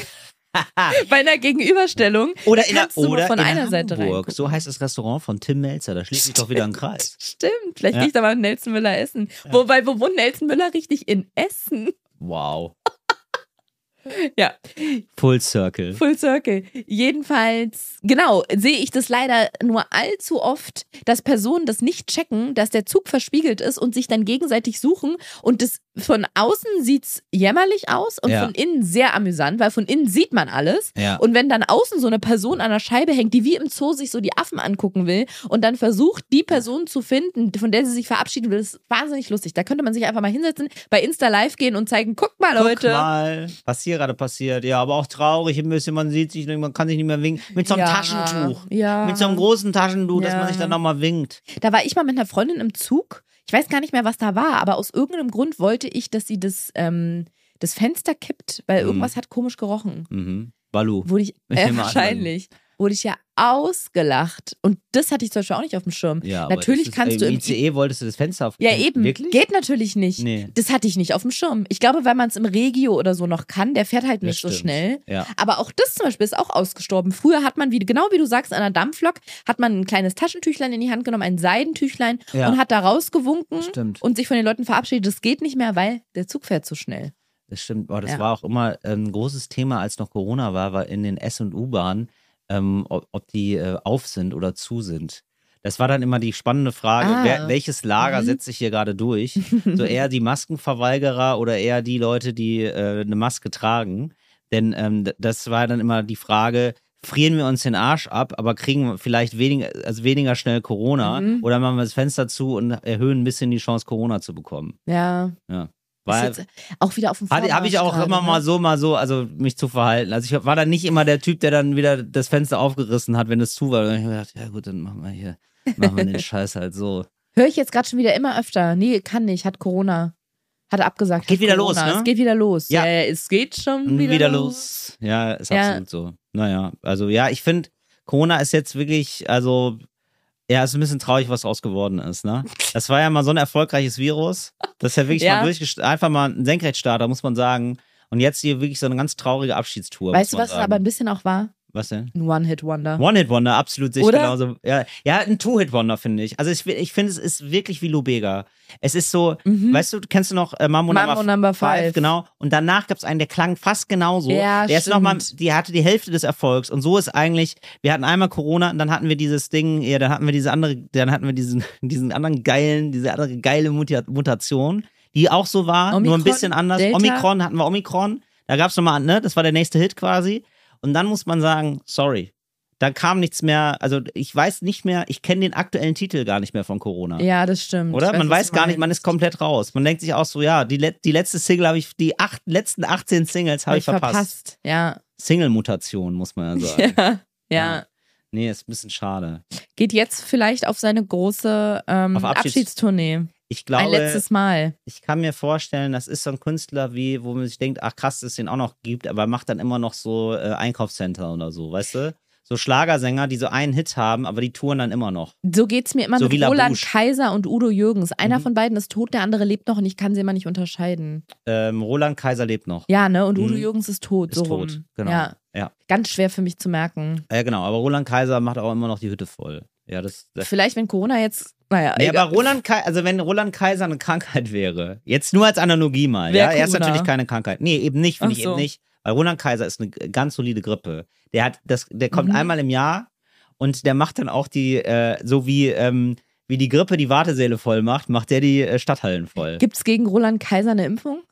D: [LAUGHS] bei einer Gegenüberstellung.
C: Oder in, der,
D: kannst du nur
C: oder
D: von
C: in
D: einer
C: Hamburg.
D: Seite reingucken.
C: So heißt das Restaurant von Tim Melzer. Da schließt sich doch wieder ein Kreis.
D: Stimmt, vielleicht
C: Ja.
D: gehe ich da mal mit Nelson Müller essen. Wobei, wo wohnt Nelson Müller richtig? In Essen. [LAUGHS]
C: Wow.
D: Ja,
C: Full Circle.
D: Full Circle. Jedenfalls, genau, sehe ich das leider nur allzu oft, dass Personen das nicht checken, dass der Zug verspiegelt ist und sich dann gegenseitig suchen. Und das von außen sieht's jämmerlich aus und
C: Ja.
D: von innen sehr amüsant, weil von innen sieht man alles.
C: Ja.
D: Und wenn dann außen so eine Person an der Scheibe hängt, die wie im Zoo sich so die Affen angucken will und dann versucht, die Person zu finden, von der sie sich verabschieden will, ist wahnsinnig lustig. Da könnte man sich einfach mal hinsetzen, bei Insta Live gehen und zeigen, guck mal, Leute.
C: Guck mal, was hier gerade passiert. Ja, aber auch traurig ein bisschen. Man sieht sich, nicht, man kann sich nicht mehr winken. Mit so einem
D: Ja,
C: Taschentuch.
D: ja.
C: Mit so einem großen Taschentuch, dass
D: Ja.
C: man sich dann nochmal winkt.
D: Da war ich mal mit einer Freundin im Zug. Ich weiß gar nicht mehr, was da war, aber aus irgendeinem Grund wollte ich, dass sie das, ähm, das Fenster kippt, weil
C: Mhm.
D: irgendwas hat komisch gerochen.
C: Mhm. Balu.
D: Wurde ich,
C: Ich
D: äh,
C: nehme an,
D: wahrscheinlich, wurde ich ja ausgelacht. Und das hatte ich zum Beispiel auch nicht auf dem Schirm.
C: Ja, aber
D: natürlich
C: das ist,
D: kannst
C: äh,
D: du
C: im
D: im
C: ICE wolltest du das Fenster auf.
D: Ja, eben.
C: Wirklich?
D: Geht natürlich nicht.
C: Nee.
D: Das hatte ich nicht auf dem Schirm. Ich glaube, weil man es im Regio oder so noch kann, der fährt halt
C: Das
D: nicht so
C: stimmt.
D: schnell.
C: Ja.
D: Aber auch das zum Beispiel ist auch ausgestorben. Früher hat man, wie, genau wie du sagst, an einer Dampflok, hat man ein kleines Taschentüchlein in die Hand genommen, ein Seidentüchlein
C: Ja.
D: und hat da rausgewunken
C: Stimmt.
D: und sich von den Leuten verabschiedet. Das geht nicht mehr, weil der Zug fährt zu schnell.
C: Das stimmt. Boah, das
D: Ja.
C: war auch immer ähm, ein großes Thema, als noch Corona war, war in den S- und U-Bahnen, ähm, ob, ob die äh, auf sind oder zu sind. Das war dann immer die spannende Frage,
D: Ah.
C: wer, welches Lager
D: Mhm.
C: setzt sich hier gerade durch?
D: [LAUGHS]
C: So eher die Maskenverweigerer oder eher die Leute, die äh, eine Maske tragen. Denn ähm, d- das war dann immer die Frage, frieren wir uns den Arsch ab, aber kriegen wir vielleicht weniger, also weniger schnell Corona
D: Mhm.
C: oder machen wir das Fenster zu und erhöhen ein bisschen die Chance, Corona zu bekommen.
D: Ja.
C: Weil
D: ist jetzt auch wieder auf dem
C: hatte-
D: Vormarsch
C: habe ich auch
D: gerade,
C: immer
D: ne?
C: mal so, mal so, also mich zu verhalten. Also ich war dann nicht immer der Typ, der dann wieder das Fenster aufgerissen hat, wenn es zu war. Dann habe ich mir gedacht, ja gut, dann machen wir hier,
D: [LAUGHS]
C: machen wir den Scheiß halt so.
D: Höre ich jetzt gerade schon wieder immer öfter. Nee, kann nicht, hat Corona. Hat abgesagt.
C: Geht
D: hat
C: wieder
D: Corona.
C: los, ne?
D: Es geht wieder los.
C: Ja.
D: es geht schon
C: Wieder,
D: wieder,
C: Hm, wieder los. Ja, ist
D: Ja.
C: absolut so. Naja, also ja, ich finde, Corona ist jetzt wirklich, also ja, ist ein bisschen traurig, was draus geworden
D: [LAUGHS]
C: ist, ne? Das war ja mal so ein erfolgreiches Virus. Das ist ja wirklich
D: Ja.
C: mal durchgest einfach mal ein Senkrechtstarter, muss man sagen. Und jetzt hier wirklich so eine ganz traurige Abschiedstour.
D: Weißt du,
C: muss man
D: was es
C: sagen.
D: aber ein bisschen auch war?
C: Was denn?
D: Ein One-Hit-Wonder.
C: One-Hit-Wonder, absolut sicher.
D: Oder?
C: Genauso. Ja, ja ein Two-Hit-Wonder, finde ich. Also ich, ich finde, es ist wirklich wie Lubega. Es ist so,
D: Mhm.
C: weißt du, kennst du noch äh, Mambo,
D: Mambo Number Five.
C: Genau. Und danach gab es einen, der klang fast genauso.
D: Ja,
C: der ist noch mal,
D: stimmt.
C: die hatte die Hälfte des Erfolgs. Und so ist eigentlich, wir hatten einmal Corona und dann hatten wir dieses Ding, ja, dann hatten wir diese andere, dann hatten wir diesen, [LAUGHS] diesen anderen geilen, diese andere geile Muta- Mutation, die auch so war, nur
D: Omikron,
C: ein bisschen anders.
D: Delta.
C: Omikron hatten wir Omikron. Da gab es nochmal, ne, das war der nächste Hit quasi. Und dann muss man sagen, sorry. Da kam nichts mehr, also ich weiß nicht mehr, ich kenne den aktuellen Titel gar nicht mehr von Corona.
D: Ja, das stimmt.
C: Oder?
D: Ich
C: man
D: was
C: weiß
D: du
C: gar nicht, man
D: meinst.
C: ist komplett raus. Man denkt sich auch so, ja, die, let die letzte Single habe ich, die acht, letzten 18 Singles habe ich verpasst.
D: Ja.
C: Single-Mutation, muss man ja sagen.
D: [LAUGHS] ja.
C: Ja.
D: Ja.
C: Nee, ist ein bisschen schade.
D: Geht jetzt vielleicht auf seine große ähm,
C: Auf Abschieds-
D: Abschiedstournee.
C: Ich
D: Ein
C: glaube,
D: letztes Mal.
C: ich kann mir vorstellen, das ist so ein Künstler, wie, wo man sich denkt, ach krass, dass es den auch noch gibt, aber macht dann immer noch so äh, Einkaufscenter oder so, weißt du? So Schlagersänger, die so einen Hit haben, aber die touren dann immer noch.
D: So geht's mir immer
C: So wie
D: mit Roland
C: Labouche.
D: Kaiser und Udo Jürgens. Einer
C: Mhm.
D: von beiden ist tot, der andere lebt noch und ich kann sie immer nicht unterscheiden.
C: Ähm, Roland Kaiser lebt noch.
D: Ja, ne? Und Udo
C: Mhm.
D: Jürgens ist tot.
C: Ist
D: so
C: tot,
D: rum.
C: genau.
D: Ja.
C: Ja.
D: Ganz schwer für mich zu merken.
C: Ja, genau, aber Roland Kaiser macht auch immer noch die Hütte voll. Ja, das, äh, das
D: Vielleicht, wenn Corona jetzt. Naja,
C: Nee,
D: egal.
C: aber Roland Kaiser, also wenn Roland Kaiser eine Krankheit wäre, jetzt nur als Analogie mal,
D: Wär
C: ja, er ist
D: cooler.
C: natürlich keine Krankheit. Nee, eben nicht, finde
D: Ach
C: ich
D: so.
C: eben nicht. Weil Roland Kaiser ist eine ganz solide Grippe. Der hat das, der kommt
D: Mhm.
C: einmal im Jahr und der macht dann auch die, äh, so wie, ähm, wie die Grippe die Wartesäle voll macht, macht der die äh, Stadthallen voll.
D: Gibt's gegen Roland Kaiser eine Impfung?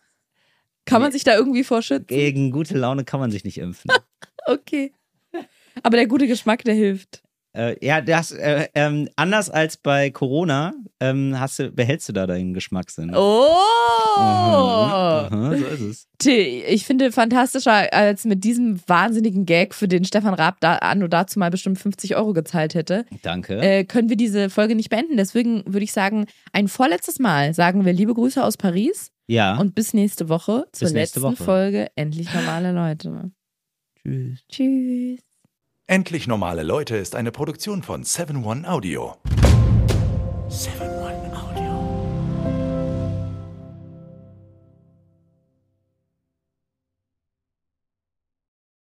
D: Kann man
C: Nee.
D: sich da irgendwie vorschützen?
C: Gegen gute Laune kann man sich
D: [LAUGHS]
C: nicht impfen. [LAUGHS]
D: Okay. Aber der gute Geschmack, der hilft.
C: äh, ja, das, äh, ähm, anders als bei Corona, ähm, hast du, behältst du da deinen Geschmackssinn.
D: Oh! Äh,
C: Aha, aha, so ist es.
D: T- Ich finde fantastischer, als mit diesem wahnsinnigen Gag, für den Stefan Raab da an und dazu mal bestimmt 50 Euro gezahlt hätte,
C: Danke.
D: äh, können wir diese Folge nicht beenden. Deswegen würde ich sagen, ein vorletztes Mal sagen wir liebe Grüße aus Paris
C: ja.
D: und bis nächste Woche zur
C: Bis nächste
D: letzten
C: Woche.
D: Folge Endlich normale Leute.
C: Tschüss.
D: Tschüss.
F: Endlich normale Leute ist eine Produktion von 7-One Audio. 7-One Audio.